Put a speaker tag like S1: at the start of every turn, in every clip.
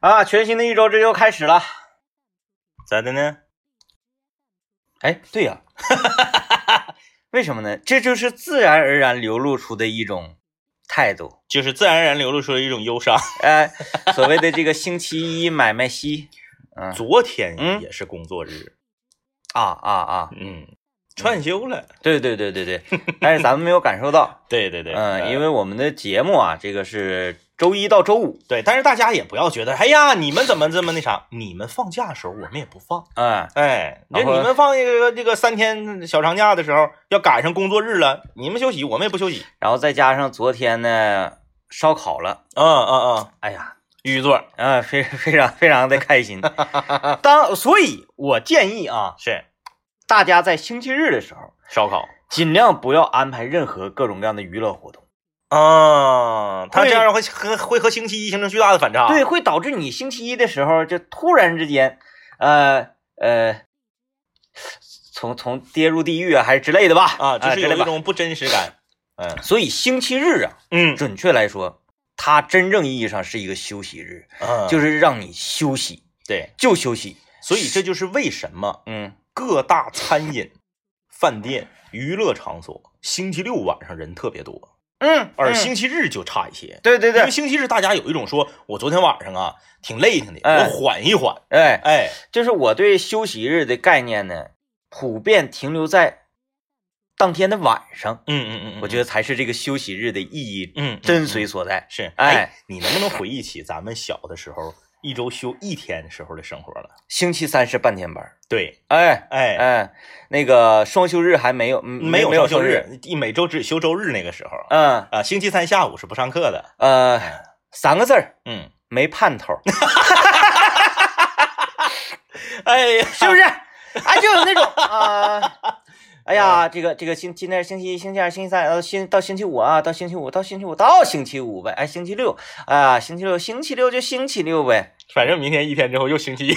S1: 啊，全新的一周这就开始了，咋的呢？哎，对呀、 为什么呢？这就是自然而然流露出的一种态度。
S2: 就是自然而然流露出了一种忧 伤。
S1: 哎，所谓的这个星期一买卖期，嗯
S2: 昨天
S1: 嗯
S2: 也是工作日，
S1: 啊啊啊，
S2: 嗯，串休了。
S1: 对对对对对，但是咱们没有感受 到，
S2: 对对对，
S1: 嗯，
S2: 呃
S1: 因为我们的节目啊，这个是周一到周五，
S2: 对，但是大家也不要觉得，哎呀，你们怎么这么那啥？你们放假的时候我们也不放，
S1: 嗯，
S2: 哎，你
S1: 然后
S2: 你们放一个这个三天小长假的时候，要赶上工作日了，你们休息，我们也不休息。
S1: 然后再加上昨天呢烧烤了，
S2: 嗯嗯嗯，
S1: 哎呀，
S2: 玉座
S1: 啊，非非常非常的开 心。当所以，我建议啊，
S2: 是
S1: 大家在星期日的时候，
S2: 烧烤。
S1: 尽量不要安排任何各种各样的娱乐活动，
S2: 啊，他
S1: 会
S2: 这样会和会和星期一形成巨大的反差。
S1: 对，，会导致你星期一的时候就突然之间，呃呃，从从跌入地狱啊，还是之类的吧，哎
S2: 啊，就是
S1: 之
S2: 有
S1: 类
S2: 一
S1: 吧。
S2: 种不真实感。嗯
S1: 所以星期日啊，
S2: 嗯
S1: 准确来说，它真正意义上是一个休息日，
S2: 嗯，
S1: 就是是让你休息，
S2: 对，
S1: 就休息。
S2: 所以这就是为什么
S1: 嗯，
S2: 各大餐饮、饭店、娱乐场所星期六晚上人特别多，
S1: 嗯，
S2: 而
S1: 嗯
S2: 星期日就差一些。
S1: 对对
S2: 因为
S1: 对，
S2: 星期日大家有一种说，我昨天晚上啊挺累挺的，
S1: 哎
S2: 我缓一缓。
S1: 哎，
S2: 哎，
S1: 就是我对休息日的概念呢，普遍停留在当天的晚上，
S2: 嗯嗯嗯，
S1: 我觉
S2: 得
S1: 得才是这个休息日的意义
S2: 嗯
S1: 真髓所在。
S2: 是。
S1: 哎
S2: 哎，你能不能回忆起咱们小的时候一周休一天时候的生活了？
S1: 星期三是半天班儿，
S2: 对，
S1: 哎
S2: 哎，
S1: 哎，那个双休日还没有，嗯没
S2: 没有
S1: 没有
S2: 周
S1: 休，
S2: 日，一每周只休周日那个时候
S1: 嗯
S2: 啊，星期三下午是不上课的。
S1: 呃，三个字儿
S2: 嗯，
S1: 没盼头儿，
S2: 哎呀，
S1: 是 不是？哎，就 有那种啊。哎呀，这个这个星今天是星期一、星期二、星期三，然后星到星期五啊，到星期五，到星期五，到星期五呗。哎，星期六啊，星期六，星期六就星期六呗。
S2: 反正明天一天之后又星期一。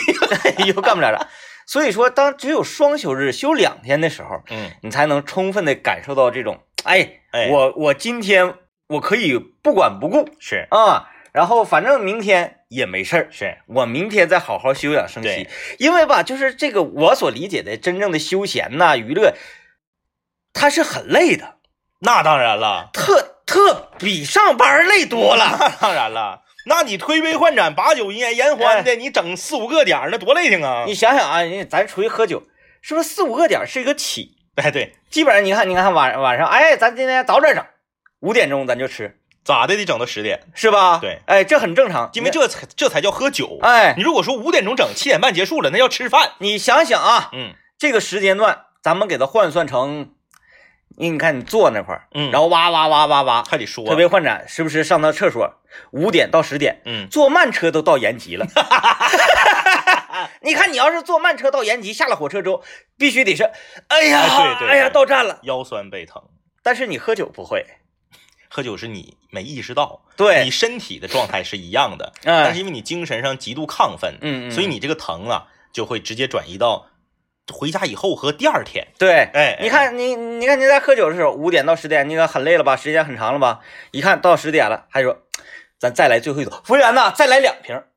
S1: 又干不了了。所以说，当只有双休日休两天的时候，
S2: 嗯，
S1: 你才能充分的感受到这种，哎，
S2: 哎
S1: 我我今天我可以不管不顾
S2: 是
S1: 啊，然后反正明天也没事儿，
S2: 是，
S1: 我明天再好好休养生息
S2: 对。
S1: 因为吧，就是这个我所理解的真正的休闲呐、娱乐，它是很累的，
S2: 那当然了，
S1: 特特比上班累多了。
S2: 那当然了。 那你推杯换盏、把酒言言欢的，你整四五个点儿，那多累挺啊！
S1: 你想想啊，人家咱出去喝酒，是不是四五个点儿是一个起？
S2: 哎，对，
S1: 基本上你看，你看晚晚上，哎，咱今天早点整，五点钟咱就吃，
S2: 咋的得整到十点，
S1: 是吧？
S2: 对
S1: 哎，这很正常，
S2: 因为这才这才叫喝酒。
S1: 哎
S2: 你，如果说五点钟整，七点半结束了，那叫吃饭。
S1: 你想想啊，
S2: 嗯
S1: 这个时间段，咱们给它换算成，你你看你坐那块儿，
S2: 嗯
S1: 然后
S2: 后
S1: 哇哇哇哇哇，
S2: 还得说，
S1: 特别换展，时不时上趟厕所，五点到十点，
S2: 嗯，
S1: 坐慢车都到延吉 了。你看，你要是坐慢车到延吉，下了火车之后，必须得是，哎呀，
S2: 哎对对对
S1: 哎呀，到站了。
S2: 腰酸背疼，
S1: 但是你喝酒不会，
S2: 喝酒是你没意识到，你
S1: 对，
S2: 身体的状态是一样的，但是
S1: 嗯
S2: 因为你精神上极度亢奋，
S1: 嗯，嗯
S2: 所以你这个疼啊就会直接转移到回家以后和第二天。
S1: 对，
S2: 哎，
S1: 你看你，你看你在喝酒的时候，五点到十点，你看很累了吧？时间很长了吧？一看到十点了，还说咱再来最后一桶，服务员呐，再来两瓶 儿，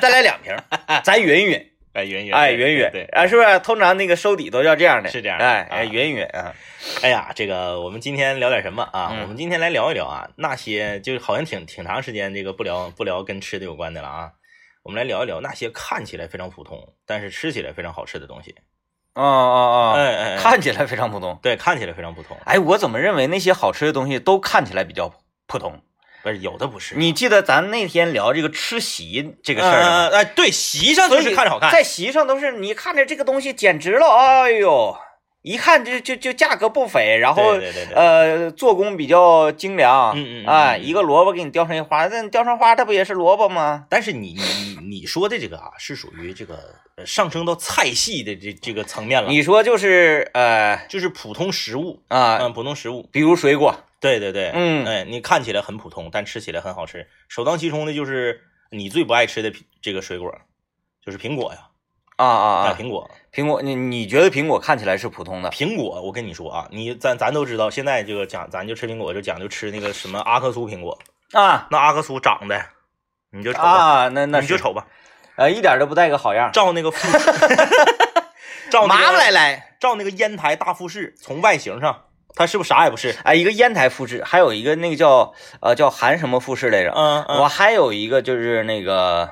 S1: 再来两瓶儿，咱匀匀，
S2: 哎，圆圆，
S1: 哎，匀匀，
S2: 对，
S1: 啊，是不是？通常那个收底都要这样的，
S2: 是这样的
S1: 哎
S2: 啊
S1: 哎，匀匀啊，
S2: 哎呀，这个我们今天聊点什么啊？
S1: 嗯
S2: 我们今天来聊一聊啊，那些就是好像挺挺长时间这个不聊不聊跟吃的有关的了啊。我们来聊一聊那些看起来非常普通，但是吃起来非常好吃的东西。
S1: 哦哦
S2: 哎哎，
S1: 哦，
S2: 哎
S1: 看起来非常普通。
S2: 对看起来非常普通，
S1: 哎，我怎么认为那些好吃的东西都看起来比较普通？
S2: 不是有的不是
S1: 你记得咱那天聊这个吃席这
S2: 这
S1: 个事儿吗？
S2: 哎、呃对，席上
S1: 所
S2: 就
S1: 以
S2: 是看着好看。
S1: 在席上都是你看着这个东西简直了，哎呦，一看就就就价格不菲，然后
S2: 对对对对，
S1: 呃做工比较精良，
S2: 嗯嗯嗯
S1: 啊，
S2: 嗯
S1: 一个萝卜给你雕成一花，那你雕成花它不也是萝卜吗？
S2: 但是你你你你说的这个啊，是属于这个呃上升到菜系的这这个层面了，
S1: 你说就是呃
S2: 就是普通食物，
S1: 啊，
S2: 嗯，普通食物，
S1: 比如水果，
S2: 对对对，
S1: 嗯
S2: 哎，你看起来很普通，但吃起来很好吃。首当其冲的就是你最不爱吃的苹这个水果，就是苹果呀，
S1: 啊啊
S2: 啊，
S1: 啊，
S2: 苹果，
S1: 苹果，你你觉得苹果看起来是普通的？
S2: 苹果，我跟你说啊，你咱咱都知道，现在这个讲咱就吃苹果就讲究吃那个什么阿克苏苹果，
S1: 啊，
S2: 那阿克苏长得你就瞅吧，
S1: 啊，那那
S2: 你就是瞅吧，
S1: 呃，一点都不带个好样儿，
S2: 照那个复式， 照那
S1: 麻麻
S2: 个
S1: 赖赖，
S2: 照那个烟台大复式，从外形上，它是不是啥也不是？
S1: 哎，一个烟台复制，还有一个那个叫呃叫韩什么复制来着，
S2: 嗯嗯
S1: 我还有一个就是那个，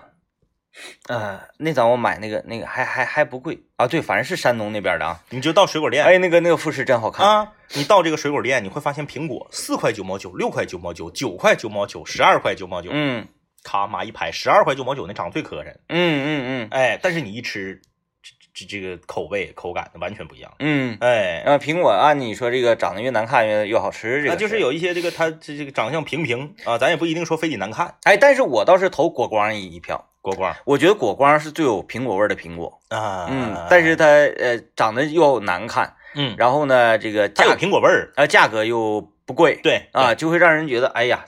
S1: 呃，那早我买那个那个还还还不贵啊，对，反正是山东那边的啊。
S2: 你就到水果店，
S1: 哎，那个那个富士真好看，
S2: 啊，你到这个水果店，你会发现苹果四块九毛九、六块九毛九、九块九毛九、十二块九毛九，
S1: 嗯
S2: 咔码一排，十二块九毛九那厂最磕碜。
S1: 嗯嗯嗯
S2: 哎，但是你一吃，这这这个口味口感完全不一样。
S1: 嗯，
S2: 哎，
S1: 然后苹果按你说这个长得越难看越越好吃，这
S2: 那
S1: 个
S2: 啊就是有一些这个它这这个长相平平啊，咱也不一定说非得难看。
S1: 哎，但是我倒是投果光一一票，
S2: 果光
S1: 我觉得果光是最有苹果味儿的苹果，
S2: 啊，
S1: 嗯，但是它呃长得又难看，
S2: 嗯，
S1: 然后呢这个
S2: 它有
S1: 价
S2: 苹果味儿，
S1: 呃价格又不贵，
S2: 对
S1: 啊，就会让人觉得，哎呀，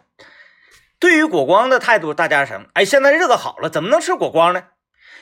S1: 对于果光的态度，大家是什么？哎，现在日子好了，怎么能吃果光呢？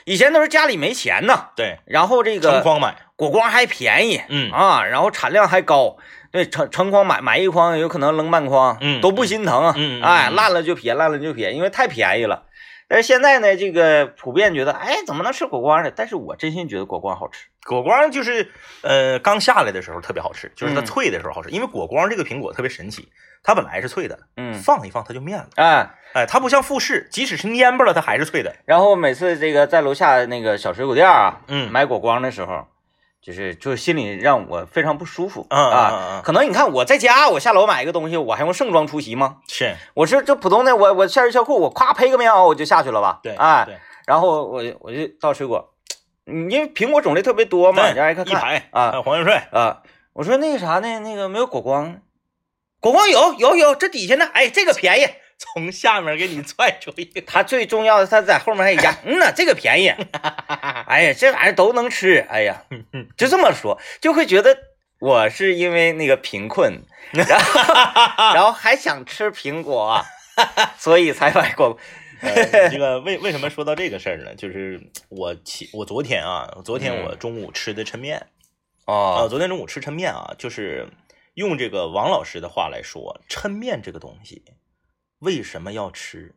S1: 以前都是家里没钱呐，
S2: 对，
S1: 然后这
S2: 成
S1: 个
S2: 筐买，
S1: 果光还便宜，
S2: 嗯
S1: 啊，然后产量还高，对，成成筐买买一筐，有可能扔半筐，
S2: 嗯
S1: 都不心疼啊，
S2: 嗯嗯嗯
S1: 哎，
S2: 嗯
S1: 烂了就撇，烂了就撇，因为太便宜了。但是现在呢，这个普遍觉得，哎，怎么能吃果光呢？但是我真心觉得果光好吃，
S2: 果光就是呃刚下来的时候特别好吃，就是它
S1: 嗯
S2: 脆的时候好吃，因为果光这个苹果特别神奇，它本来是脆的，
S1: 嗯，
S2: 放一放它就面了。
S1: 哎，
S2: 哎，它不像富士，即使是蔫巴了，它还是脆的。
S1: 然后每次这个在楼下那个小水果店啊，
S2: 嗯
S1: 买果光的时候，就是就是心里让我非常不舒服
S2: 嗯嗯
S1: 啊。
S2: 嗯嗯，
S1: 可能你看我在家，我下楼买一个东西，我还用盛装出席吗？
S2: 是
S1: 我是这普通的，我我下身校裤，我咵配个棉袄我就下去了吧？
S2: 对，
S1: 哎，
S2: 对
S1: 然后我就我就到水果，嗯因为苹果种类特别多嘛，
S2: 对
S1: 你让人看
S2: 一
S1: 看
S2: 排
S1: 啊
S2: 还有黄元帅，
S1: 啊。我说那个啥呢？那个没有果光，果光有有
S2: 哦
S1: 有，这底下呢？哎，这个便宜。
S2: 从下面给你拽出一个。
S1: 他最重要的，他在后面还 加，嗯呐，这个便宜，哎呀，这玩意儿都能吃，哎呀，就这么说，就会觉得我是因为那个贫困，然 后然后还想吃苹果，所以才买果。
S2: 呃这 个为为什么说到这个事儿呢？就是我起我昨天啊，昨天
S1: 嗯
S2: 我中午吃的抻面啊，
S1: 哦，
S2: 昨天中午吃抻面啊，就是用这个王老师的话来说，抻面这个东西为什么要吃？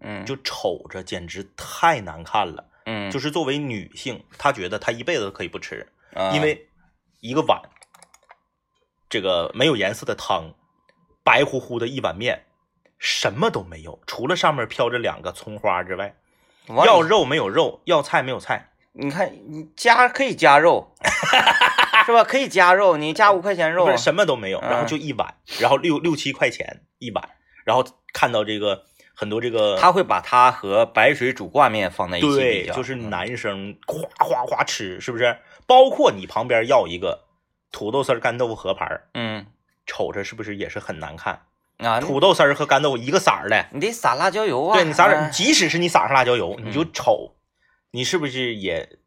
S1: 嗯，
S2: 就瞅着简直太难看了。
S1: 嗯，
S2: 就是作为女性，她觉得她一辈子都可以不吃，
S1: 啊
S2: 因为一个碗，这个没有颜色的汤，白乎乎的一碗面，什么都没有，除了上面飘着两个葱花之外，
S1: 王
S2: 要
S1: 老师
S2: 肉没有肉，要菜没有菜。
S1: 你看你加可以加肉，是吧？可以加肉，你加五块钱肉
S2: 不，是什么都没有，
S1: 嗯
S2: 然后就一碗，然后六六七块钱一碗，然后看到这个很多这个，
S1: 他会把它和白水煮挂面放在一起比
S2: 对，
S1: 较，嗯
S2: 就是男生夸夸夸吃，是不是？包括你旁边要一个土豆丝儿干豆腐合盘儿，
S1: 嗯
S2: 瞅着是不是也是很难看？
S1: 啊，
S2: 土豆丝儿和干豆腐一个色儿的，
S1: 你得撒辣椒油啊，
S2: 对你撒点，
S1: 哎嗯
S2: 即使是你撒上辣椒油，你就瞅，你是不是也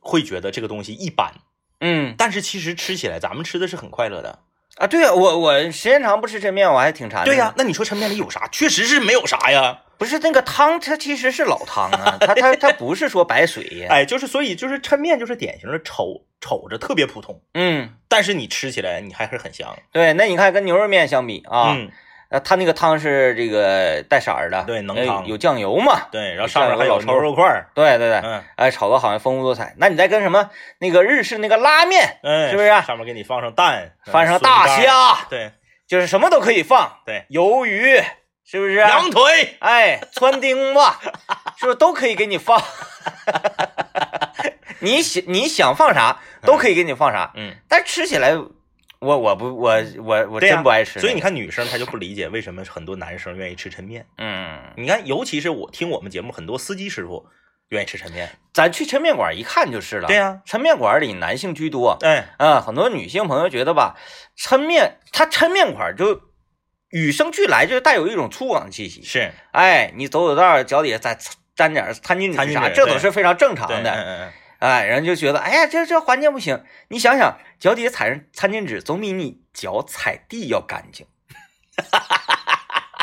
S2: 会觉得这个东西一般？
S1: 嗯。
S2: 但是其实吃起来，咱们吃的是很快乐的。
S1: 啊，对啊，我我时间长不吃抻面，我还挺馋的。
S2: 对呀、那你说抻面里有啥？确实是没有啥呀。
S1: 不是那个汤，它其实是老汤啊，它它它不是说白 水呀。
S2: 哎，就是所以就是抻面就是典型的瞅瞅着特别普通，
S1: 嗯，
S2: 但是你吃起来你还是很香
S1: 对，那你看跟牛肉面相比啊，
S2: 嗯，
S1: 呃，它那个汤是这个带色儿的，
S2: 对浓
S1: 呃
S2: 汤
S1: 有酱油嘛。
S2: 对，然后上面还有
S1: 像
S2: 牛
S1: 老
S2: 肉块儿，
S1: 对对对，
S2: 嗯，
S1: 哎，炒的好像丰富多彩。那你再跟什么那个日式那个拉面，
S2: 哎，
S1: 是不是啊
S2: 上面给你放上蛋，
S1: 放上
S2: 嗯笋
S1: 大
S2: 干儿，
S1: 虾，
S2: 对，
S1: 就是什么都可以放，
S2: 对
S1: 鱿鱼是不是啊？
S2: 羊腿，
S1: 哎，穿钉子， 是不是都可以给你放？ 你想你想放啥都可以给你放啥，
S2: 嗯，
S1: 但吃起来，我我不我我我
S2: 对呀
S1: 真不爱吃那个、
S2: 所以你看女生她就不理解为什么很多男生愿意吃抻面。
S1: 嗯，
S2: 你看，尤其是我听我们节目，很多司机师傅愿意吃抻面。
S1: 咱去抻面馆一看就是了。
S2: 对
S1: 呀、
S2: 呀、
S1: 抻面馆里男性居多。
S2: 哎，
S1: 啊、很多女性朋友觉得吧，抻面它抻面馆就与生俱来就带有一种粗犷气息。
S2: 是
S1: 哎，你走走道儿脚底下再沾点儿餐巾
S2: 餐
S1: 纸
S2: 巾
S1: 啥，
S2: 纸
S1: 这都
S2: 对
S1: 是非常正常
S2: 对，嗯
S1: 的。
S2: 嗯
S1: 哎，人就觉得，哎呀，这这环境不行。你想想，脚底下踩上餐巾纸，总比你脚踩地要干净。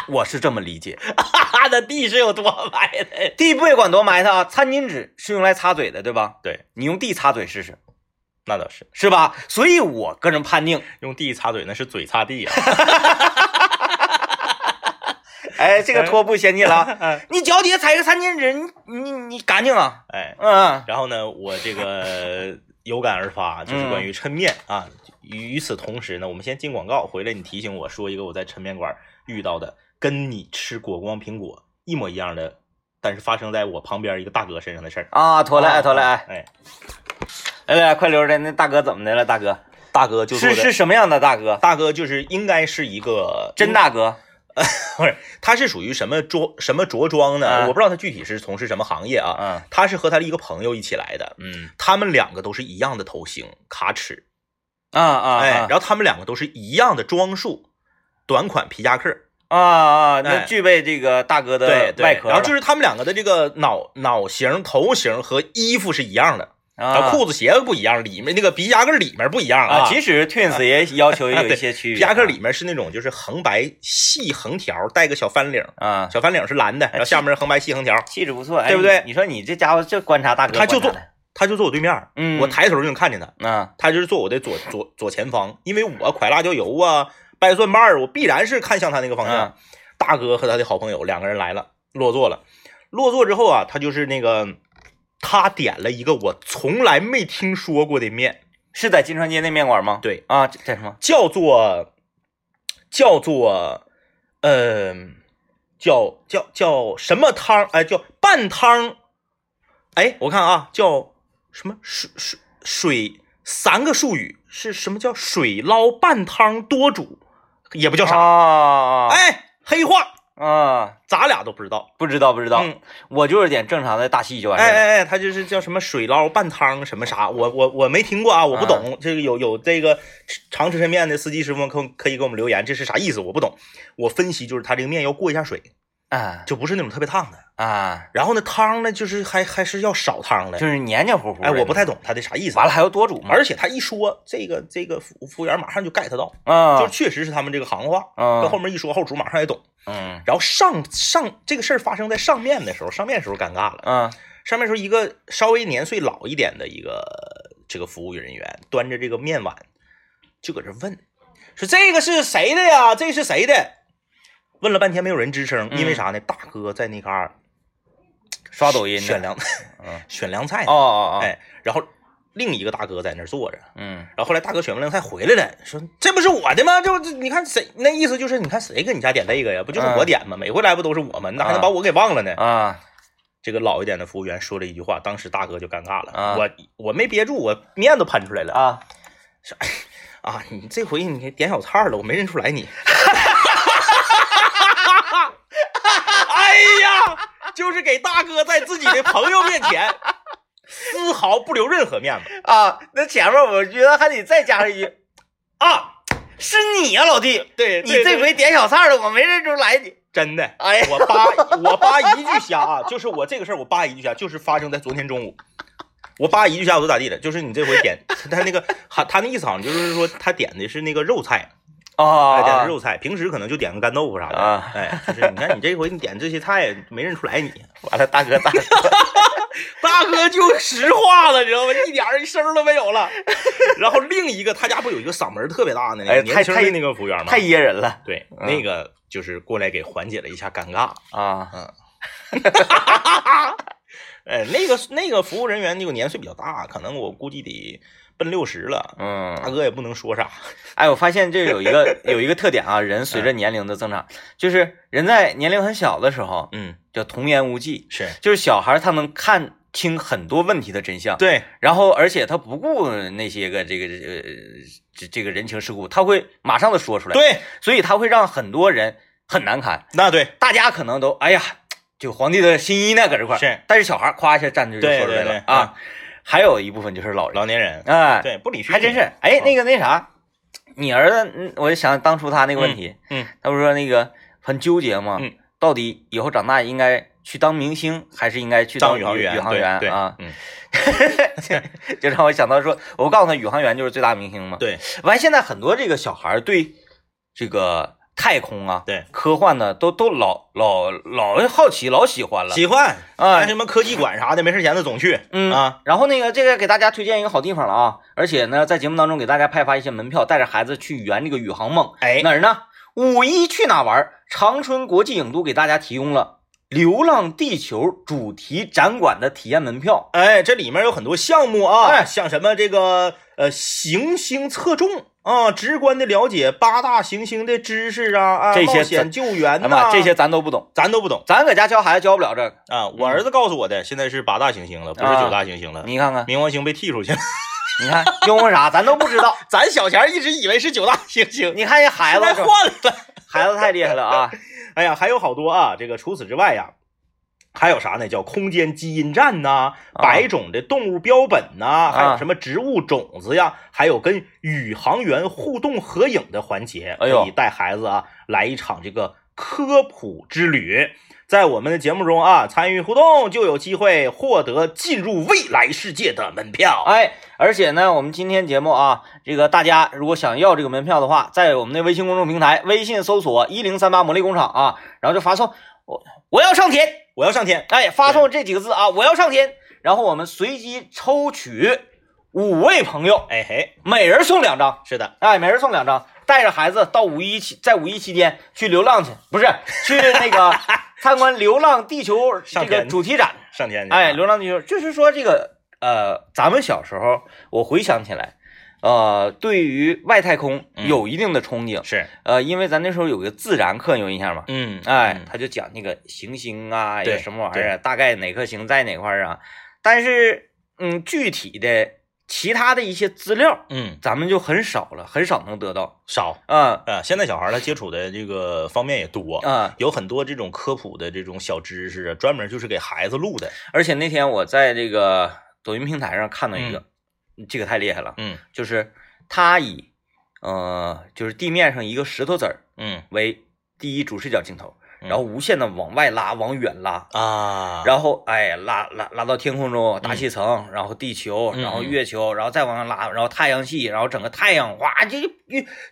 S1: 我是这么理解，
S2: 嗯，哈的地是有多埋的？
S1: 地不也管多埋汰啊？餐巾纸是用来擦嘴的，对吧？
S2: 对，
S1: 你用地擦嘴试试，
S2: 那倒是，
S1: 是吧？所以我个人判定，
S2: 用地擦嘴那是嘴擦地啊。
S1: 哎，这个拖布先进了啊，
S2: 哎
S1: 你脚底下踩个三千指，你你你干净啊，
S2: 哎，
S1: 嗯，
S2: 然后呢，我 这个有感而发，就是
S1: 嗯
S2: 关于抻面啊。与与此同时呢，我们先进广告，回来你提醒我说一个我在抻面馆遇到的，跟你吃火锅苹果一模一样的，但是发生在我旁边一个大哥身上的事儿。
S1: 啊，拖了，哎，拖了，哎，
S2: 哎，
S1: 来来，快溜的，那大哥怎么的了？大哥
S2: 大哥就坐
S1: 是
S2: 在
S1: 是什么样的大哥？
S2: 大哥就是应该是一个
S1: 真，大哥
S2: 不是，他是属于什么着什么着装呢？
S1: 啊
S2: 我不知道他具体是从事什么行业啊。
S1: 啊，
S2: 他是和他的一个朋友一起来的，
S1: 嗯
S2: 他们两个都是一样的头型、卡尺，
S1: 啊啊，
S2: 哎，
S1: 啊
S2: 然后他们两个都是一样的装束，短款皮夹克，呃
S1: 啊啊，那
S2: 哎
S1: 具备这个大哥
S2: 对
S1: 的外壳了，
S2: 然后就是他们两个的这个脑脑型、头型和衣服是一样的，然
S1: 啊
S2: 后裤子、鞋子不一样，里面那个皮夹克里面不一样
S1: 啊，
S2: 皮
S1: 即使 Twins 也要求有一些 区别，啊
S2: 夹克里面是那种就是横白细横条，带个小翻领，
S1: 啊，
S2: 小翻领是蓝的，然后下面是横白细横条。
S1: 气质不错，哎
S2: 对不对
S1: 你你说你这家伙就观察大哥
S2: 他
S1: 观察
S2: 就
S1: 的，
S2: 坐他就坐我对面，
S1: 嗯
S2: 我抬头就能看见他，
S1: 啊
S2: 他就是坐我的左左左前方，因为我蒯辣椒油啊、掰蒜瓣儿，我必然是看向他那个方向。
S1: 啊
S2: 大哥和他的好朋友两个人来了，落座了。落座之后啊，他就是那个，他点了一个我从来没听说过的面，
S1: 是在金川街那面馆吗？
S2: 对
S1: 啊，这叫什么？
S2: 叫做叫做，嗯、叫叫叫什么汤？哎、叫拌汤。哎，我看啊，叫什么水水水三个术语是什么叫水捞拌汤多煮，也不叫啥。
S1: 啊，
S2: 哎，黑话，
S1: 啊，
S2: 咱俩都不知道。
S1: 不知道不知道，
S2: 嗯，
S1: 我就是点正常嗯的大戏就完事
S2: 哎
S1: 儿了。
S2: 哎哎，他就是叫什么水捞拌汤什么啥，我我我没听过啊，我不
S1: 嗯
S2: 懂。这个有有这个吃常吃抻面的司机师傅们可可以给我们留言，这是啥意思？我不懂。我分析就是他这个面要过一下水，
S1: 啊
S2: 就不是那种特别烫的。
S1: 啊，
S2: 然后呢，汤呢就是还还是要少汤的
S1: 就。是嗯黏黏糊糊的。
S2: 哎，我不太懂他的啥意思。
S1: 完了还要多煮嘛。
S2: 而且他一说这个这个服服务员马上就 get 到，
S1: 啊，
S2: 就确实是他们这个行话。
S1: 啊
S2: 跟后面一说，后厨马上也懂。
S1: 嗯
S2: 然后上上这个事儿发生在上面的时候，上面的时候尴尬了。
S1: 啊
S2: 上面说一个稍微年岁老一点的一个这个服务人员端着这个面碗，就搁这问，说这个是谁的呀？这是谁的？问了半天没有人吱声，
S1: 嗯
S2: 因为啥呢？大哥在那嘎儿
S1: 刷抖音呢
S2: 选凉
S1: 嗯，
S2: 选凉
S1: 哦
S2: 菜呢，
S1: 哦哦，
S2: 哎，然后另一个大哥在那儿坐着，
S1: 嗯
S2: 然后后来大哥选完凉菜回来了，说这不是我的吗？这不这你看谁那意思就是你看谁给你家点这个呀？不就是
S1: 嗯
S2: 我点吗？每回来不都是我吗？那还能把我给忘了呢？
S1: 啊
S2: 这个老一点的服务员说了一句话，当时大哥就尴尬了，
S1: 啊
S2: 我我没憋住，我面都喷出来了啊
S1: 啊，
S2: 你这回你点小菜了，我没认出来你。 哎呀，就是给大哥在自己的朋友面前丝毫不留任何面子
S1: 啊，那前面我觉得还得再加上一句，
S2: 啊！
S1: 是你呀、老弟，
S2: 对
S1: 你这回点小菜了，我没认出来你。
S2: 真的，
S1: 哎呀，
S2: 我扒我扒一句瞎啊，就是我这个事儿我扒一句瞎，就是发生在昨天中午。我扒一句瞎我就咋地了，就是你这回点他那个，他他那意思好像就是说他点的是那个肉菜，
S1: 啊
S2: 哎，点的肉菜，平时可能就点个干豆腐啥的。
S1: 啊
S2: 哎，就是你看你这回你点这些菜，没认出来你。
S1: 完了，大哥 大哥，
S2: 大哥就实话了，你知道吗？一点儿声儿都没有了。 然后另一个他家不有一个嗓门儿特别大的那
S1: 哎
S2: 个
S1: 太
S2: 年轻的
S1: 太
S2: 那个服务员吗？
S1: 太噎人了
S2: 对，
S1: 嗯
S2: 那个就是过来给缓解了一下尴尬。
S1: 啊
S2: 哎，那个那个服务人员那个年岁比较大，可能我估计得奔六十了。
S1: 嗯。
S2: 大哥也不能说啥，
S1: 哎，我发现这有一个有一个特点啊，人随着年龄的增长，就是人在年龄很小的时候
S2: 嗯，
S1: 叫童言无忌，
S2: 是
S1: 就是小孩他能看清很多问题的真相，
S2: 对，
S1: 然后而且他不顾那些个这个呃这这个人情世故，他会马上的说出来，，
S2: 对，
S1: 所以他会让很多人很难堪，
S2: 那对，
S1: 大家可能都哎呀，就皇帝的新衣呢搁这块儿，
S2: 是
S1: 但是小孩夸一下站着就
S2: 对
S1: 说出来
S2: 对
S1: 了
S2: 对
S1: 啊，还有一部分就是老人，
S2: 老年人，
S1: 哎，
S2: 对，嗯不理虚，
S1: 还真是，，哎，那个那啥，你儿子，嗯我就想当初他那个问题，
S2: 嗯，
S1: 他不是说那个很纠结吗？
S2: 嗯，
S1: 到底以后长大应该去当明星，还是应该去当
S2: 当宇航员，
S1: 宇航员
S2: 对对
S1: 啊，
S2: 嗯，
S1: 就让我想到说，我告诉他宇航员就是最大明星嘛。，
S2: 对
S1: 完现在很多这个小孩儿对这个太空啊、
S2: 对，
S1: 科幻呢，都都老老老好奇，老喜欢了
S2: 喜欢，
S1: 啊
S2: 看。什么科技馆啥的，没事闲的总去
S1: 嗯
S2: 啊。
S1: 然后那个这个给大家推荐一个好地方了啊，而且呢，在节目当中给大家派发一些门票，带着孩子去圆这个宇航梦。
S2: 哎
S1: 哪儿呢？五一去哪玩儿？长春国际影都给大家提供了《流浪地球》主题展馆的体验门票。
S2: 哎，这里面有很多项目啊，
S1: 哎
S2: 像什么这个呃行星测重啊，直观的了解八大行星的知识啊，啊
S1: 这些
S2: 冒险救援
S1: 哎呀
S2: 呐、
S1: 妈，这些咱都不懂，
S2: 咱都不懂
S1: 咱搁家教孩子教不了这个。
S2: 啊。我儿子告诉我的，现在是八大行星了，不是
S1: 啊
S2: 九大行星了。
S1: 你看看，
S2: 冥王星被踢出去了，
S1: 你看，因为啥咱都不知道。
S2: 咱小前儿一直以为是九大行星，
S1: 你看人孩
S2: 现
S1: 子
S2: 在
S1: 这，
S2: 换了。
S1: 孩子太厉害了啊！
S2: 哎呀，还有好多啊！这个除此之外呀，还有啥呢？叫空间基因站呐、
S1: 啊
S2: 百种的动物标本呐、还
S1: 啊
S2: 有什么植物种子呀，还有跟宇航员互动合影的环节，
S1: 哎呦
S2: 可以带孩子啊来一场这个科普之旅。在我们的节目中啊，参与互动就有机会获得进入未来世界的门票。
S1: 哎，而且呢，我们今天节目啊，这个大家如果想要这个门票的话，在我们的微信公众平台，微信搜索“一零三八魔力工厂”啊，然后就发送我我要上天，
S2: 我要上天，
S1: 哎，发送这几个字啊，我要上天，然后我们随机抽取五位朋友，
S2: 哎嘿，
S1: 每人送两张，
S2: 是的，
S1: 哎，每人送两张，带着孩子到五一期，在五一期间去流浪去，不是去那 个参观《流浪地球》这
S2: 上
S1: 个
S2: 天
S1: 主题展，
S2: 上天去啊。
S1: 哎，《流浪地球》就是说这个呃，咱们小时候，我回想起来，呃，对于外太空
S2: 嗯
S1: 有一定的憧憬，
S2: 是，
S1: 呃，因为咱那时候有个自然课，你有印象吗？
S2: 嗯，
S1: 哎
S2: 嗯，
S1: 他就讲那个行星啊，
S2: 对
S1: 有什么玩意儿啊，大概哪颗星在哪块儿啊，但是嗯，具体的其他的一些资料，
S2: 嗯，
S1: 咱们就很少了，很少能得到
S2: 少。
S1: 啊
S2: 啊，现在小孩儿他接触的这个方面也多，
S1: 啊。
S2: 有很多这种科普的这种小知识啊，专门就是给孩子录的。
S1: 而且那天我在这个抖音平台上看到一个，这个太厉害了。
S2: 嗯
S1: 就是他以呃，就是地面上一个石头子儿
S2: 嗯
S1: 为第一主视角镜头，
S2: 嗯
S1: 然后无限的往外拉，往远拉，
S2: 啊，
S1: 然后哎拉拉拉到天空中大气层，然后地球，
S2: 嗯
S1: 然后月球，然后再往上拉，然后太阳系，然后整个太阳哇，这就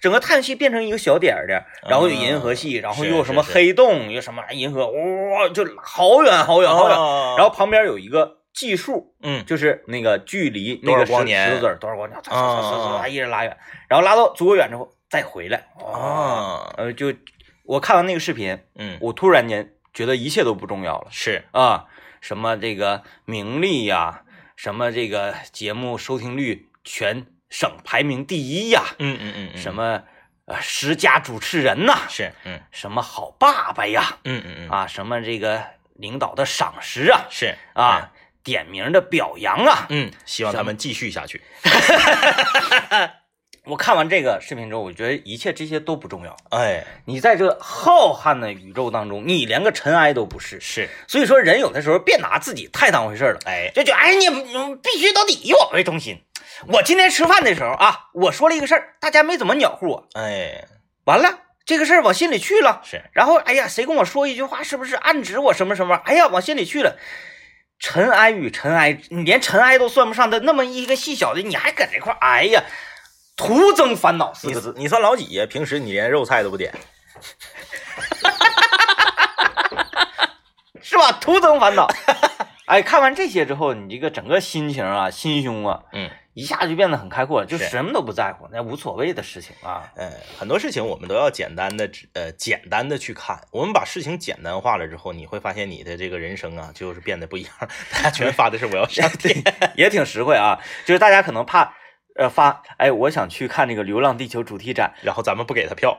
S1: 整个太阳系变成一个小点儿的，然后有银河系，然后又有什么
S2: 啊是是
S1: 黑洞，又什么银河，哇、就好远好远好远，
S2: 哦
S1: 然后旁边有一个计数，
S2: 嗯
S1: 就是那个距离
S2: 多
S1: 那
S2: 少
S1: 个石
S2: 光年
S1: 石头子儿多少光年，唰唰
S2: 啊
S1: 唰唰唰一直拉远，然后拉到足够远之后再回来。哦，
S2: 啊
S1: 呃，就我看完那个视频，
S2: 嗯
S1: 我突然间觉得一切都不重要了
S2: 是
S1: 啊，什么这个名利呀、什么这个节目收听率全省排名第一呀、
S2: 嗯嗯嗯嗯
S1: 什么呃十佳主持人呐、
S2: 是嗯
S1: 什么好爸爸呀，
S2: 嗯嗯嗯
S1: 啊，什么这个领导的赏识啊
S2: 是
S1: 啊，点名的表扬啊，
S2: 嗯，希望他们继续下去。
S1: 我看完这个视频之后，我觉得一切这些都不重要。
S2: 哎，
S1: 你在这浩瀚的宇宙当中，你连个尘埃都不是。
S2: 是
S1: 所以说，人有的时候别拿自己太当回事儿了，
S2: 哎
S1: 就觉得哎，你你必须到底以我为中心。我今天吃饭的时候啊，我说了一个事儿，大家没怎么鸟乎我，
S2: 哎
S1: 完了这个事儿往心里去了。
S2: 是
S1: 然后哎呀，谁跟我说一句话，是不是暗指我什么什么？哎呀，往心里去了。尘埃与尘埃，你连尘埃都算不上的那么一个细小的，你还搁这块儿，哎呀，徒增烦恼四
S2: 你
S1: 个字。
S2: 你算老几呀？平时你连肉菜都不点。
S1: 是吧？徒增烦恼。 哎，看完这些之后，你这个整个心情啊、心胸啊，
S2: 嗯。
S1: 一下就变得很开阔了，就是什么都不在乎，那无所谓的事情啊。
S2: 呃，很多事情我们都要简单的，呃，简单的去看。我们把事情简单化了之后，你会发现你的这个人生啊，就是变得不一样。 大家全发的是我 要上天，
S1: 也挺实惠啊。就是大家可能怕，呃，发，哎，我想去看这个《流浪地球》主题展，
S2: 然后咱们不给他票。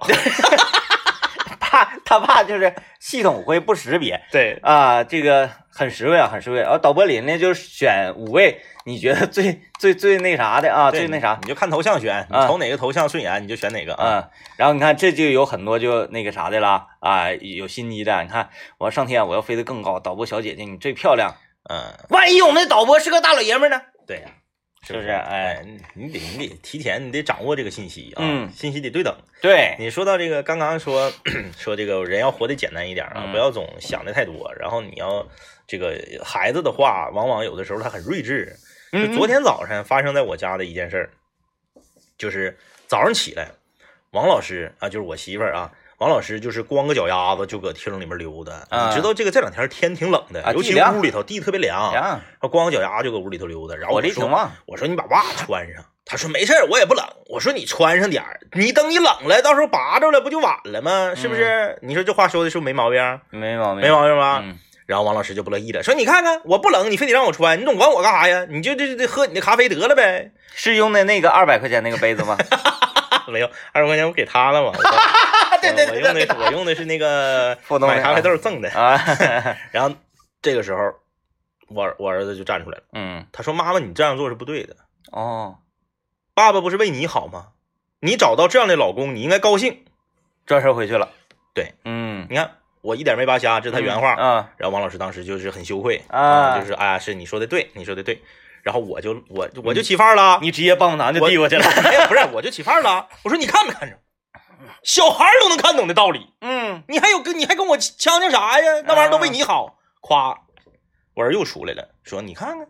S1: 怕他怕就是系统会不识别
S2: 对，
S1: 啊，这个很实惠啊，很实惠。然后导播林呢，就选五位你觉得最最最那啥的啊，
S2: 对
S1: 最那啥
S2: 你，就看头像选，你
S1: 啊
S2: 瞅哪个头像顺眼，你就选哪个
S1: 嗯，
S2: 啊。
S1: 然后你看这就有很多就那个啥的啦，啊，有心机的。你看我要上天，我要飞得更高。导播小姐姐，你最漂亮。
S2: 嗯，
S1: 万一我们的导播是个大老爷们儿呢？
S2: 对呀，
S1: 是不是？
S2: 哎
S1: 哎，，
S2: 你你得你得提前，你得掌握这个信息啊，
S1: 嗯
S2: 信息得对等。
S1: 对，
S2: 你说到这个，刚刚说说这个人要活得简单一点啊，
S1: 嗯
S2: 不要总想的太多。然后你要这个孩子的话，往往有的时候他很睿智。就昨
S1: 天
S2: 天早上发生在我家的一件事儿，就是早上起来，王老师啊，就是我媳妇儿啊，王老师就是光个脚丫子就搁厅里面溜达。
S1: 啊
S2: 你知道这个这两天天挺冷的，
S1: 啊
S2: 尤
S1: 地
S2: 其
S1: 凉
S2: 屋里头地特别凉，
S1: 呀，
S2: 他光个脚丫就搁屋里头溜达。然后
S1: 火
S2: 啊我
S1: 力嗯
S2: 说
S1: 挺旺。
S2: 我说你把袜子穿上，他说没事儿，我也不冷。我说你穿上点儿，你等你冷了，到时候拔着了不就晚了吗？是不是？你说这话说的是不是没毛病？
S1: 嗯没毛病，
S2: 没毛病啊吧？
S1: 嗯
S2: 然后王老师就不乐意了，说你看看我不冷，你非得让我穿，你总管我干啥呀？你就这这喝你的咖啡得了呗。
S1: 是用的那个二百块钱那个杯子吗？
S2: 没有二十块钱我给他了嘛。
S1: 对对对
S2: 我用
S1: 对
S2: 的是我用的是那个
S1: 普通的
S2: 买咖啡豆赠的。
S1: 啊，
S2: 然后这个时候，我儿我儿子就站出来了，
S1: 嗯，
S2: 他说：“妈妈，你这样做是不对的。
S1: 哦，
S2: 爸爸不是为你好吗？你找到这样的老公，你应该高兴。
S1: 转身回去了。
S2: 对，
S1: 嗯，
S2: 你看我一点没扒瞎，这是他原话。
S1: 啊，
S2: 然后王老师当时就是很羞愧
S1: 啊
S2: 就是哎呀，是你说的对，你说的对。然后我就我
S1: 嗯
S2: 我就起范儿了，
S1: 你直接帮男的
S2: 我
S1: 递 过去了。
S2: 没有不是，我就起范儿了。我说你看没看着，小孩儿都能看懂的道理，
S1: 嗯，
S2: 你还有跟你还跟我呛呛啥呀？那玩意儿都为你
S1: 啊
S2: 好，夸，我儿又出来了，说你看看，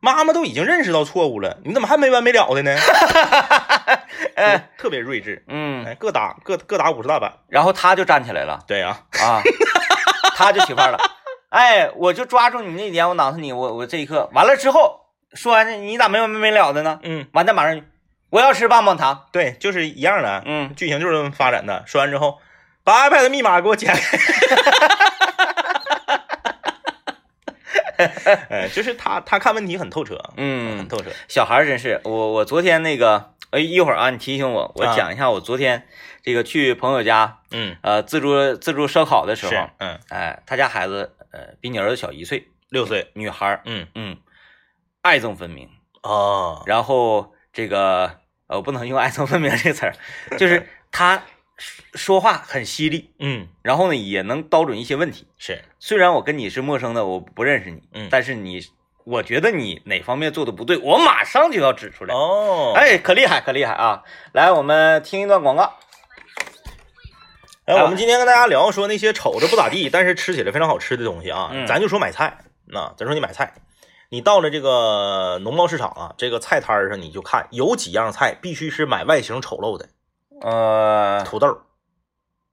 S2: 妈妈都已经认识到错误了，你怎么还没完没了的呢？
S1: 哎，
S2: 特别睿智，
S1: 嗯，
S2: 哎，各打各各打五十大板。
S1: 然后他就站起来了
S2: 对啊，
S1: 啊，他就起范儿了。哎，我就抓住你那一点，我囊死你，我我这一刻完了之后，说完这你咋没完没了的呢？
S2: 嗯，
S1: 完蛋，马上就我要吃棒棒糖。
S2: 对，就是一样的，啊
S1: 嗯，
S2: 剧情就是这么发展的。说完之后，把 iPad 的密码给我解开。 哎，就是他，他看问题很透彻，
S1: 嗯
S2: 很，透彻。
S1: 小孩儿真是，我我昨天那个，哎，一会儿啊，你提醒我，我
S2: 啊
S1: 讲一下我昨天这个去朋友家，
S2: 嗯，
S1: 呃，自助自助烧烤的时
S2: 是
S1: 候，，
S2: 嗯，
S1: 哎，他家孩子，呃，比你儿子小一岁，
S2: 六岁，
S1: 女孩儿，
S2: 嗯，
S1: 嗯，爱憎分明，
S2: 哦，
S1: 然后这个，呃，我不能用爱憎分明这个词儿，就是他说话很犀利，
S2: 嗯，
S1: 然后呢，也能叨准一些问题。
S2: 是，
S1: 虽然我跟你是陌生的，我不认识你，
S2: 嗯
S1: 但是你，我觉得你哪方面做的不对，我马上就要指出来。
S2: 哦，
S1: 哎，可厉害，可厉害啊！来，我们听一段广告。
S2: 哎，
S1: 啊
S2: 我们今天跟大家聊说那些瞅着不咋地，但是吃起来非常好吃的东西啊。
S1: 嗯
S2: 咱就说买菜，那咱说你买菜，你到了这个农贸市场啊，这个菜摊儿上你就看有几样菜必须是买外形丑陋的，
S1: 呃，
S2: 土豆，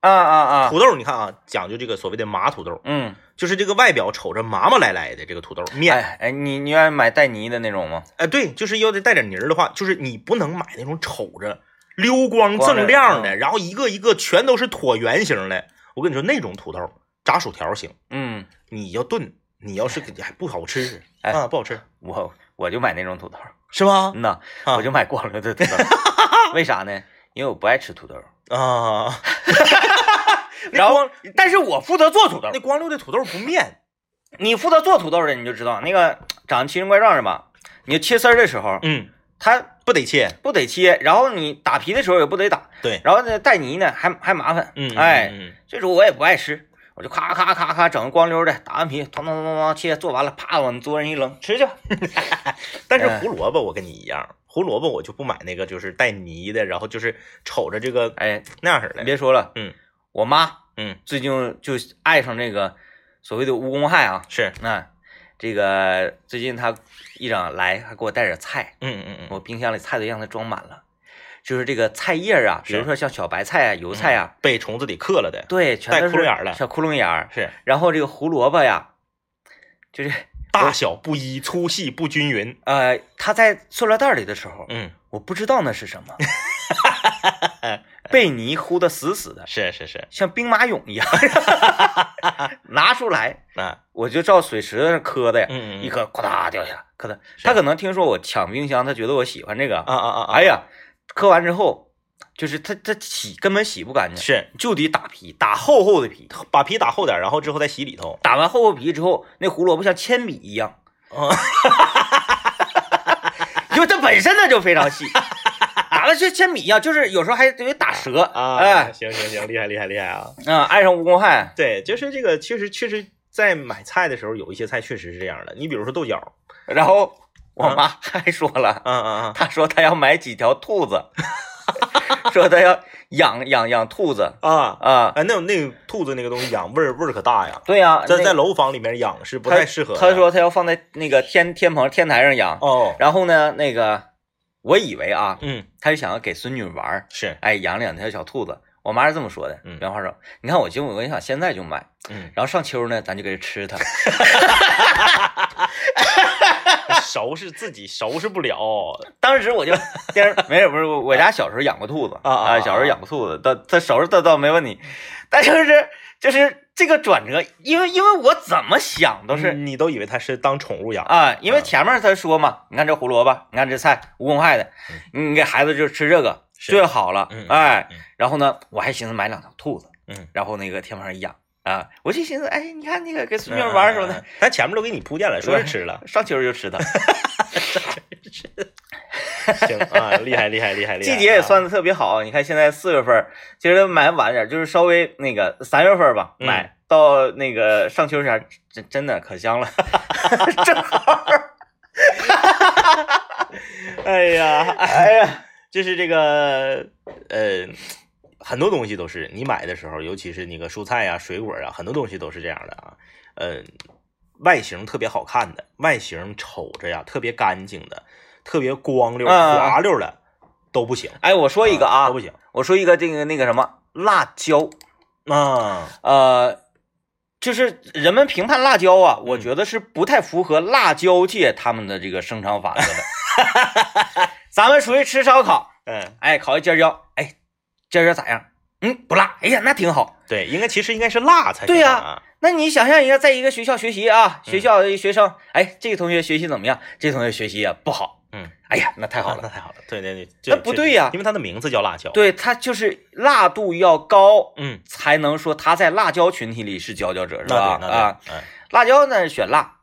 S1: 啊啊啊，
S2: 土豆，你看啊，讲究这个所谓的麻土豆，
S1: 嗯，
S2: 就是这个外表瞅着麻麻赖赖的这个土豆面，哎
S1: 哎哎，你你愿意买带泥的那种吗？
S2: 对，就是要得带点泥儿的话，就是你不能买那种瞅着溜光
S1: 光的嗯
S2: 锃亮的，然后一个一个全都是椭圆形的。我跟你说，那种土豆炸薯条行。
S1: 嗯，
S2: 你要炖，你要是给还不好吃，
S1: 哎
S2: 啊，不好吃，
S1: 我我就买那种土豆，
S2: 是吧？
S1: 嗯呐，
S2: 啊
S1: 我就买光溜的土豆， 为啥呢？因为我不爱吃土豆，
S2: 啊，
S1: 然后但是我负责做土豆
S2: 那，光溜的土豆不面，
S1: 你负责做土豆的你就知道，那个长得奇形怪状是吧？你切丝儿的时候，
S2: 嗯，
S1: 它
S2: 不得切，
S1: 不得切，然后你打皮的时候也不得打，
S2: 对，
S1: 然后呢带泥呢还还麻烦，
S2: 嗯，
S1: 哎，
S2: 嗯，嗯
S1: 这时候我也不爱吃，我就咔咔咔咔整个光溜的，打完皮，哐哐哐哐哐切，做完了，啪往桌上一扔，吃去吧。
S2: 但是
S1: 哎
S2: 胡萝卜我跟你一样，胡萝卜我就不买那个就是带泥的，然后就是瞅着这个
S1: 哎，
S2: 那样式
S1: 你
S2: 的，
S1: 别说了，
S2: 嗯，
S1: 我妈
S2: 嗯，
S1: 最近就爱上这个所谓的蜈蚣害啊，
S2: 是，
S1: 那、这个最近她一整来还给我带点菜，
S2: 嗯嗯嗯，
S1: 我冰箱里菜都让她装满了，就是这个菜叶儿啊，比如
S2: 是
S1: 说像小白菜啊、油菜啊，
S2: 被虫子给克了的，
S1: 对，全都
S2: 带
S1: 是
S2: 窟窿眼儿了
S1: 小窟窿眼儿，
S2: 是
S1: 然后这个胡萝卜呀，就是
S2: 大小不一，粗细不均匀，
S1: 呃，她在塑料袋里的时候，
S2: 嗯，
S1: 我不知道那是什么，被泥糊得死死的，
S2: 是是是，
S1: 像兵马俑一样。 拿出来，
S2: 啊，
S1: 我就照水池子上磕的呀，
S2: 嗯嗯，
S1: 一
S2: 嗯
S1: 颗哐嗒掉下，磕的。
S2: 是
S1: 他可能听说我抢冰箱，他觉得我喜欢这个。
S2: 啊啊啊，啊
S1: 哎，呀，磕完之后，就是他他洗根本洗不干净，
S2: 是
S1: 就得打皮，打厚厚的皮。
S2: 把皮打厚点儿，然后之后再洗里头，
S1: 打完厚厚皮之后，那胡萝卜像铅笔一样，
S2: 啊，
S1: 因为它本身它就非常细，打的像铅笔一样，就是有时候还得打折
S2: 啊，
S1: 哎，
S2: 行行行，厉害厉害厉害啊！
S1: 嗯，爱上蜈蚣害，
S2: 对，就是这个，确实确实在买菜的时候，有一些菜确实是这样的。你比如说豆角，
S1: 然后我妈还说了，
S2: 啊啊
S1: 她说她要买几条兔子， 说她要养养养兔子
S2: 啊啊！
S1: 啊。
S2: 哎，那种那个兔子那个东西养味儿味儿可大呀，
S1: 对呀、
S2: 在
S1: 那
S2: 在楼房里面养是不
S1: 她
S2: 太适合的。
S1: 她说她要放在那个天天棚天台上养，
S2: 哦，
S1: 然后呢，那个我以为啊，
S2: 嗯，
S1: 她是想要给孙女玩儿，
S2: 是，
S1: 哎，养两条小兔子。我妈是这么说的，
S2: 嗯
S1: 原话说，你看我今我想现在就买，
S2: 嗯，
S1: 然后上秋呢，咱就给它吃它。
S2: 收拾自己收拾 不了，
S1: 当时 我就叮儿，没事，不是我我家小时候养过兔子
S2: 啊啊啊
S1: 小时候养过兔子，它它收拾它倒没问题，但就是就是这个转折，因为因为我怎么想都
S2: 都
S1: 是
S2: 是你都以为他是当宠物养，
S1: 啊，因为前面他说嘛，你看这胡萝卜，你看这菜无公害的，你给孩子就吃这个
S2: 嗯是
S1: 最好了
S2: 嗯嗯，
S1: 哎
S2: 嗯，
S1: 然后呢，我还寻思买两条兔子，
S2: 嗯，
S1: 然后那个天棚上一养啊，我就寻思，哎，你看那个给孙
S2: 嗯
S1: 女儿玩儿什么的，，
S2: 他前面都给你铺垫了，说是吃了，
S1: 上秋儿就吃它，
S2: 行啊，厉害厉害厉害啊 厉害，
S1: 季节也算的特别好。你看现在四月份儿，其实买晚点儿，就是稍微那个三月份儿吧，
S2: 嗯
S1: 买到那个上秋前，真真的可香了，正好，
S2: 啊，哎呀，
S1: 哎呀，
S2: 就是这个呃。很多东西都是你买的时候，尤其是那个蔬菜啊、水果啊，很多东西都是这样的啊。呃，外形特别好看的，外形瞅着呀特别干净的，特别光溜、
S1: 啊啊啊
S2: 滑溜的都不行。
S1: 哎，我说一个啊
S2: 都不，行
S1: 我说一个这个那个什么辣椒。
S2: 啊。
S1: 呃，就是人们评判辣椒啊，我觉得是不太符合辣椒界他们的这个生长法则的。 咱们出去吃烧烤，
S2: 嗯，
S1: 哎，烤一尖椒，哎，尖椒咋样？嗯，不辣。哎呀，那挺好。
S2: 对，应该其实应该是辣才啊
S1: 对啊
S2: 呀、
S1: 呀那你想象一下，在一个学校学习啊，
S2: 嗯
S1: 学校的学生，哎，这个同学学习怎么样？这个同学学习啊不好。
S2: 嗯，
S1: 哎呀，那太好
S2: 好了，
S1: 了。
S2: 那太好了，对对对，
S1: 那
S2: 这
S1: 不
S2: 这
S1: 对呀
S2: 因为它的名字叫辣椒。，
S1: 对，它就是辣度要高，
S2: 嗯，
S1: 才能说他在辣椒群体里是佼佼者，是
S2: 那
S1: 吧？
S2: 对
S1: 啊
S2: 那，对，嗯
S1: 辣椒呢选辣，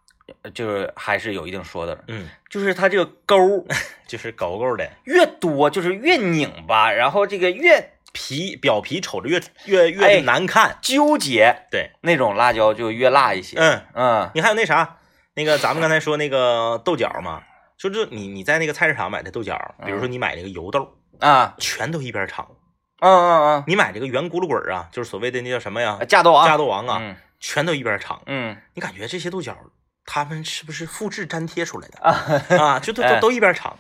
S1: 呃就是还是有一定说的，
S2: 嗯，
S1: 就是它这个钩 儿
S2: 就是狗狗的
S1: 越多，就是越拧巴，然后这个越
S2: 皮表皮瞅着越越
S1: 哎
S2: 越难看。
S1: 纠结，
S2: 对，
S1: 那种辣椒就越辣一些。
S2: 嗯，
S1: 嗯，
S2: 你还有那啥，那个咱们刚才说那个豆角嘛，就是你你在那个菜市场买的豆角，比如
S1: 嗯
S2: 说你买那个油豆，
S1: 啊，
S2: 全都一边长。
S1: 嗯嗯
S2: 你买这个圆咕噜滚儿啊，就是所谓的那叫什么呀
S1: 嗯，，架豆啊，
S2: 加豆王啊，
S1: 嗯
S2: 全都一边长。
S1: 嗯
S2: 你感觉这些豆角，他们是不是复制粘贴出来的？
S1: 啊，
S2: 啊，就都
S1: 哎
S2: 都都一边长。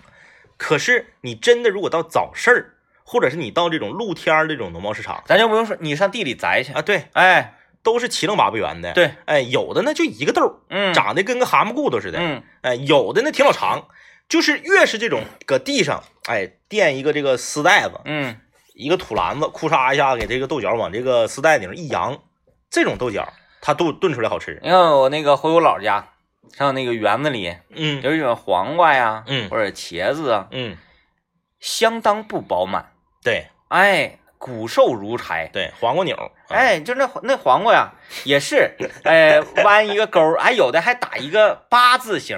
S2: 可是你真的如果到早市儿，或者是你到这种露天儿这种农贸市场
S1: 咱就不用说，你上地里摘去
S2: 啊，，对，
S1: 哎，
S2: 都是七棱八不圆的。，
S1: 对，
S2: 哎，有的呢就一个豆儿，
S1: 嗯，
S2: 长得跟个蛤蟆骨头似的。
S1: 嗯
S2: 哎，有的呢挺老长，就是越是这种搁地上，哎，垫一个这个丝带子，
S1: 嗯，
S2: 一个土篮子，库嚓一下给这个豆角往这个丝带顶上一扬，这种豆角它炖炖出来好吃。
S1: 你看我那个回我姥家，上那个园子里
S2: 嗯
S1: 有一种黄瓜呀，
S2: 嗯
S1: 或者茄子啊，
S2: 嗯，
S1: 相当不饱满。
S2: 对
S1: 哎，骨瘦如柴。
S2: 对，黄瓜钮。哎，
S1: 哎，就那那黄瓜呀，也 是，哎，弯一个钩儿，哎，有的还打一个八字 形，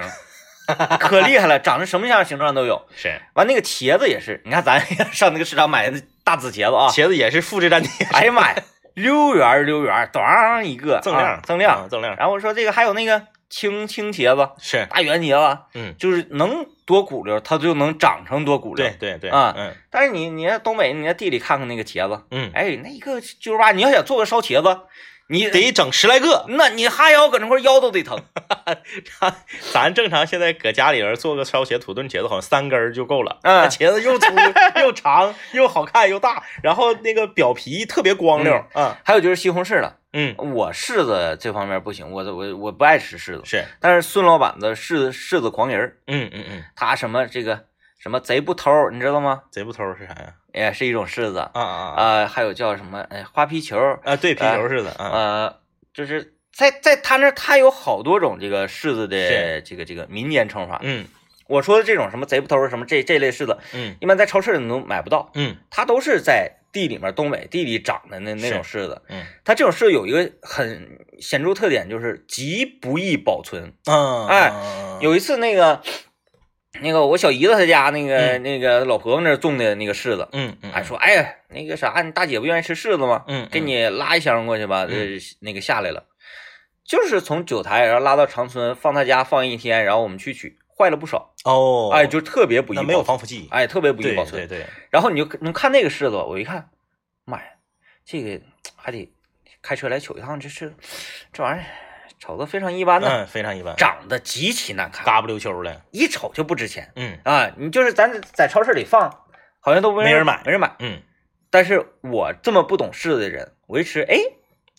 S1: 可厉害了，长成什么样形状都有。
S2: 是
S1: 完那个茄子也是，你看咱 上那个市场买的大紫茄子啊，
S2: 茄子也是复制粘贴，
S1: 哎呀妈呀，溜圆儿溜圆儿，当一个
S2: 锃
S1: 啊
S2: 亮
S1: 锃亮。
S2: 啊锃亮
S1: 然后我说这个还有那个青青茄子、
S2: 是。
S1: 大圆茄子，
S2: 嗯，
S1: 就是能多骨溜，它就能长成多骨溜
S2: 对。对对，
S1: 啊
S2: 嗯
S1: 但是你你在东北，你在地里看看那个茄子，
S2: 嗯，
S1: 哎，那一个就是吧，你要想做个烧茄子，你
S2: 得整十来个。
S1: 那你哈腰搁那块儿腰都得疼。
S2: 咱正常现在搁家里人做个烧茄、土炖茄子，好像三根儿就够了。
S1: 嗯
S2: 那茄子 又粗又长又好看又大，然后那个表皮特别光溜。嗯
S1: 还有就是西红柿了，
S2: 嗯，
S1: 我柿子这方面不行，我我我不爱吃柿子，
S2: 是，
S1: 但是孙老板的柿子柿子狂人儿，
S2: 嗯嗯嗯，
S1: 他什么这个什么贼不偷，你知道吗？
S2: 贼不偷是啥呀？
S1: 也是一种柿子，
S2: 啊啊啊
S1: 呃，还有叫什么哎花皮球，
S2: 啊！对，皮球似的啊。
S1: 呃，就是在在他那儿他有好多种这个柿子的
S2: 是
S1: 这个这个民间称法。
S2: 嗯
S1: 我说的这种什么贼不偷什么这这类柿子，
S2: 嗯
S1: 一般在超市里都买不到。
S2: 嗯
S1: 它都是在地里面东北地里长的那那种柿子。
S2: 嗯
S1: 它这种柿有一个很显著特点，就是极不易保存。
S2: 嗯，
S1: 哎
S2: 嗯，
S1: 有一次那个那个我小姨子她家那个、那个老婆婆那儿种的那个柿子，
S2: 嗯嗯，
S1: 还说哎呀那个啥，你大姐不愿意吃柿子吗？
S2: 嗯，嗯
S1: 给你拉一箱过去吧。
S2: 嗯
S1: 这那个下来了，就是从九台然后拉到长春，放他家放一天，然后我们去取，坏了不少。
S2: 哦，
S1: 哎，，就特别不易
S2: 那
S1: 保
S2: 没有
S1: 存，
S2: 防腐剂，
S1: 哎，特别不易
S2: 对
S1: 保存
S2: 对。对，
S1: 然后你就能看那个柿子，我一看，妈呀，这个还得开车来取一趟，这是这玩意儿瞅着非常一般呢，
S2: 嗯，非常一般，
S1: 长得极其难看，
S2: 嘎不溜秋的，
S1: 一瞅就不值钱
S2: 嗯
S1: 啊！你就是咱在超市里放，好像都
S2: 没人
S1: 买
S2: 买，
S1: 没人买。
S2: 嗯，
S1: 但是我这么不懂柿子的人，我一吃，哎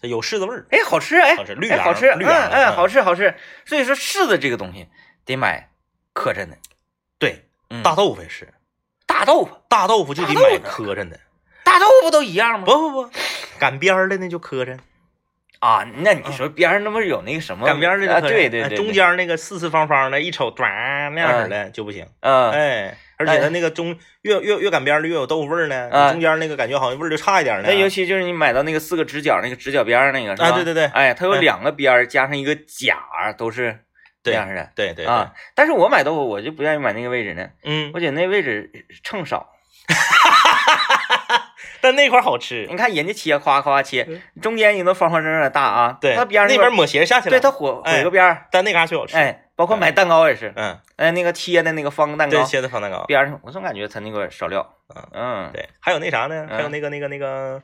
S2: 它有柿子味儿。
S1: 哎，好吃哎，
S2: 好吃绿
S1: 哎
S2: 芽
S1: 好
S2: 儿
S1: 吃，
S2: 绿
S1: 嗯
S2: 芽儿
S1: 嗯，
S2: 嗯
S1: 好吃好吃。所以说柿子这个东西得买磕碜的。
S2: 对，
S1: 嗯
S2: 大豆腐也是，
S1: 大豆腐，
S2: 大豆腐就得
S1: 大豆
S2: 买
S1: 腐
S2: 磕碜的，
S1: 大豆腐都一样吗？
S2: 不不不，擀边儿的那就磕碜，
S1: 啊，那你说边上那不是有那个什么
S2: 嗯擀边儿的就
S1: 啊？
S2: 磕碜
S1: 对对
S2: 哎
S1: 对，
S2: 中间那个四四方方的，一瞅抓那样式的就不行，
S1: 嗯
S2: 哎，而且它那个中越越越擀边儿的越有豆腐味儿呢，
S1: 哎
S2: 中间那个感觉好像味儿就差一点儿呢。
S1: 那尤其就是你买到那个四个直角那个直角边儿那个，是吧
S2: 啊对对对
S1: 哎，它有
S2: 哎
S1: 两个边儿加上一个角儿，都是这
S2: 对
S1: 样式
S2: 对对
S1: 的，啊。但是我买豆腐我就不愿意买那个位置呢，
S2: 对嗯，
S1: 我觉得那位置秤少。
S2: 但那块儿好吃，
S1: 你看人家切，夸夸切
S2: 嗯，
S1: 中间也都方方正正的大啊，
S2: 对，
S1: 它边儿
S2: 那边抹鞋下去了，
S1: 对它火
S2: 哎
S1: 毁个边儿，
S2: 但那嘎最好吃，
S1: 哎，包括买蛋糕也是，
S2: 嗯，
S1: 哎，那个切的那个方蛋
S2: 对，
S1: 糕
S2: 茄子放蛋糕，
S1: 边儿上，我总感觉它那个少料
S2: 嗯，
S1: 嗯，
S2: 对，还有那啥呢？还有那个那个那个，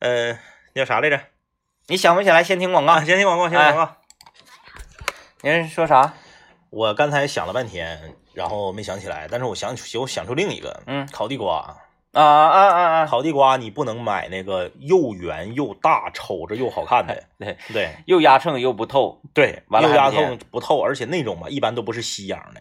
S2: 呃，叫啥来着？
S1: 你想不起来先听广告
S2: 啊，，先听广告，先听广告。
S1: 您说啥？
S2: 我刚才想了半天，然后没想起来，但是我想起我想出另一个，
S1: 嗯
S2: 烤地瓜，
S1: 啊啊啊啊！
S2: 烤地瓜你不能买那个又圆又大、瞅着又好看的，
S1: 对，
S2: 哎对
S1: 又压秤又不透，
S2: 对，
S1: 完了
S2: 又
S1: 还
S2: 压
S1: 不见
S2: 痛不透，而且那种吧一般都不是西洋的，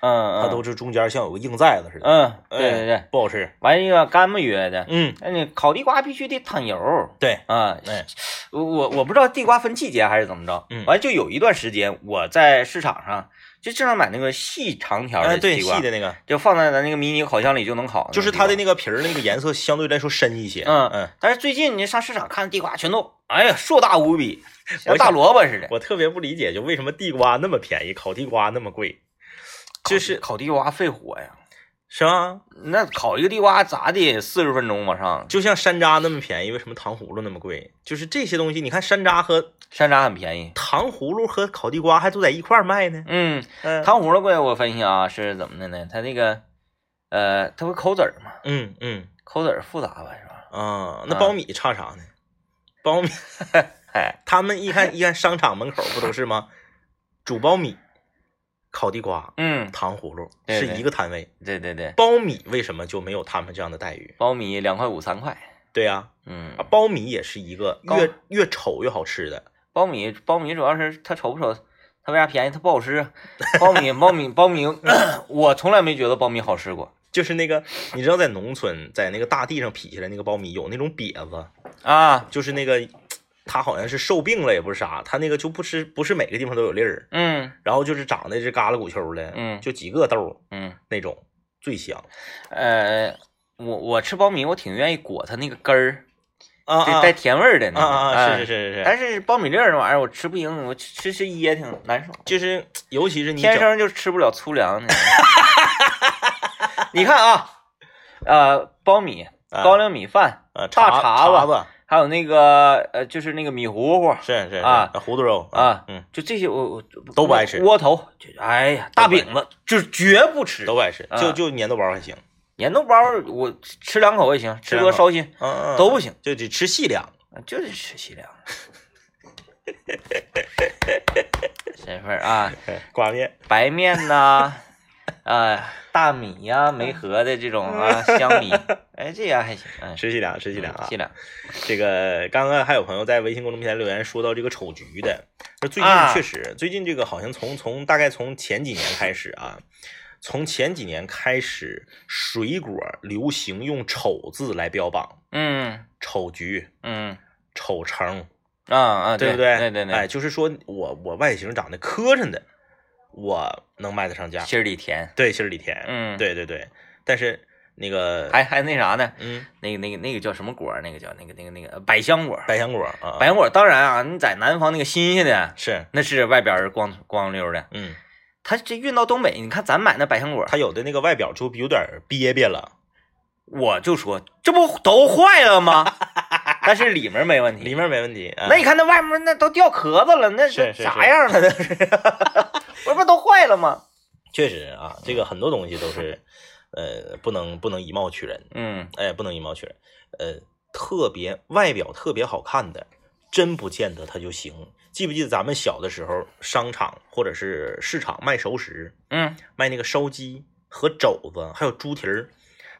S1: 嗯
S2: 它
S1: 嗯，
S2: 都是中间像有个硬寨子似的，
S1: 嗯，对对对，
S2: 不好吃。
S1: 完一个干巴约的，
S2: 嗯，
S1: 那你烤地瓜必须得淌油。
S2: 对，
S1: 啊，
S2: 哎，
S1: 我我我不知道地瓜分季节还是怎么着，
S2: 嗯
S1: 完就有一段时间我在市场上就经常买那个细长条
S2: 哎
S1: 的
S2: 对，
S1: 地瓜，
S2: 细的那个，
S1: 就放在咱那个迷你烤箱里就能烤，
S2: 就是它的
S1: 那个地
S2: 那个皮儿那个颜色相对来说深一些。
S1: 嗯
S2: 嗯，
S1: 瓜。但是最近你上市场看地瓜全都，哎呀，硕大无比，像
S2: 我
S1: 大
S2: 想
S1: 萝卜似的。
S2: 我特别不理解，就为什么地瓜那么便宜，烤地瓜那么贵，就是
S1: 烤地瓜费火呀，
S2: 是吧？
S1: 那烤一个地瓜咋得四十分钟往上，
S2: 就像山楂那么便宜，为什么糖葫芦那么贵？就是这些东西，你看山楂和
S1: 山楂很便宜。
S2: 糖葫芦和烤地瓜还都在一块儿卖呢。
S1: 嗯，
S2: 嗯
S1: 糖葫芦怪我分析啊是怎么的呢？它那个，呃，它不抠籽儿嘛，
S2: 嗯嗯
S1: 抠籽儿复杂吧是吧？
S2: 啊，那
S1: 啊
S2: 苞米差啥呢？ 苞米，
S1: 哎，
S2: 他们一看一看商场门口不都是吗？煮苞米、烤地瓜、
S1: 嗯，
S2: 糖葫芦
S1: 对
S2: 是
S1: 对
S2: 一个摊位。
S1: 对对对，
S2: 苞米为什么就没有他们这样的待遇？
S1: 苞米两块五三块，
S2: 对呀、
S1: 嗯
S2: 啊，，苞米也是一个
S1: 高
S2: 越越丑越好吃的。
S1: 苞米苞米主要是它丑不丑，它为啥便宜？它不好吃。啊苞米苞米苞米， 我从来没觉得苞米好吃过
S2: 就是那个，你知道在农村，在那个大地上劈下来那个苞米，有那种瘪子，
S1: 啊。
S2: 就是那个，它好像是受病了，也不是啥，它那个就不是不是每个地方都有粒儿，
S1: 嗯
S2: 然后就是长得是嘎啦鼓秋的，
S1: 嗯
S2: 就几个豆儿
S1: 嗯，
S2: 那种最香
S1: 呃，我我吃苞米，我挺愿意裹它那个根儿，
S2: 啊
S1: 就带甜味儿的那
S2: 啊
S1: 个。
S2: 啊啊！是是
S1: 是。
S2: 是是是，
S1: 哎但是苞米粒儿那玩意儿我吃不赢，我吃吃吃噎挺难受，
S2: 就是尤其是你
S1: 天
S2: 整
S1: 生就吃不了粗粮的。 你看啊，呃，苞米、
S2: 啊
S1: 高粱米饭，
S2: 呃
S1: 大
S2: 碴
S1: 碴子
S2: 碴子
S1: 还有那个呃，就是那个米糊糊，
S2: 是是
S1: 啊
S2: 是胡子肉
S1: 啊
S2: 嗯
S1: 就这些我我
S2: 都不爱吃
S1: 窝头，就哎呀，大饼子就是绝不吃。
S2: 都不爱吃，
S1: 啊
S2: 就就粘豆包还行，
S1: 粘豆包儿我吃两口也行，吃多烧心
S2: 嗯嗯
S1: 都不行，
S2: 就只吃细粮，
S1: 啊就得吃西凉。身份儿啊，
S2: 哎挂面
S1: 白面呐、啊，大米呀、没核的这种啊，香米，哎，这样还行，嗯，
S2: 吃细粮吃细粮啊
S1: 西。凉，
S2: 这个刚刚还有朋友在微信公众平台留言说到这个丑橘的，说最近
S1: 啊
S2: 确实，最近这个好像从从大概从前几年开始啊，从前几年开始，水果流行用丑字来标榜，
S1: 嗯
S2: 丑橘、
S1: 嗯
S2: 丑橙，
S1: 啊啊，
S2: 对
S1: 不
S2: 不对？
S1: 对对对，
S2: 哎，就是说我我外形长得磕碜的，我能卖得上价，
S1: 心儿里甜，
S2: 对，心里甜，
S1: 嗯，，
S2: 哎对对对，但是那个
S1: 还还那啥呢？
S2: 嗯，
S1: 那个那个那个叫什么果儿？那个叫那个那个那个呃百香果儿。
S2: 百香果啊，
S1: 百香果儿当然啊，你在南方那个新鲜的，
S2: 是，
S1: 那是外边儿光光溜的。
S2: 嗯，
S1: 它这运到东北，你看咱买那百香果儿，
S2: 它有的那个外表就有点儿憋憋了。
S1: 我就说这不都坏了 吗？但是里面没问
S2: 里
S1: 题。
S2: 面没问题。啊
S1: 那你看那外面那都掉壳子了，那
S2: 是是
S1: 啥样了？ 那是，我这不都坏了吗？
S2: 确实啊，这个很多东西都是，呃，不能不能以貌取人，
S1: 嗯，
S2: 哎，不能以貌取人。呃，特别外表特别好看的，真不见得它就行。记不记得咱们小的时候，商场或者是市场卖熟食，
S1: 嗯，
S2: 卖那个烧鸡和肘子，还有猪蹄儿，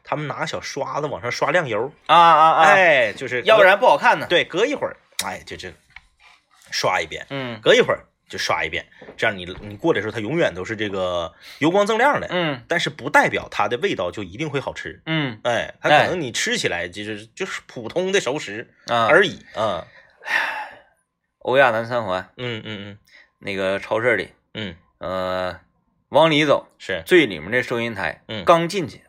S2: 他们拿小刷子往上刷亮油，
S1: 啊啊啊！，
S2: 哎，就是
S1: 要不
S2: 隔
S1: 然不好看呢。
S2: 对，隔一会儿，哎，就这刷一遍，
S1: 嗯
S2: 隔一会儿就刷一遍，这样你你过的时候，它永远都是这个油光锃亮的，
S1: 嗯
S2: 但是不代表它的味道就一定会好吃。
S1: 嗯
S2: 哎，它
S1: 哎
S2: 可能你吃起来就是就是普通的熟食
S1: 啊，
S2: 而已啊。
S1: 欧亚南三环
S2: 嗯嗯
S1: 那个超市里，
S2: 嗯嗯，
S1: 呃，往里走，
S2: 是
S1: 最里面的收银台，
S2: 嗯
S1: 刚进去，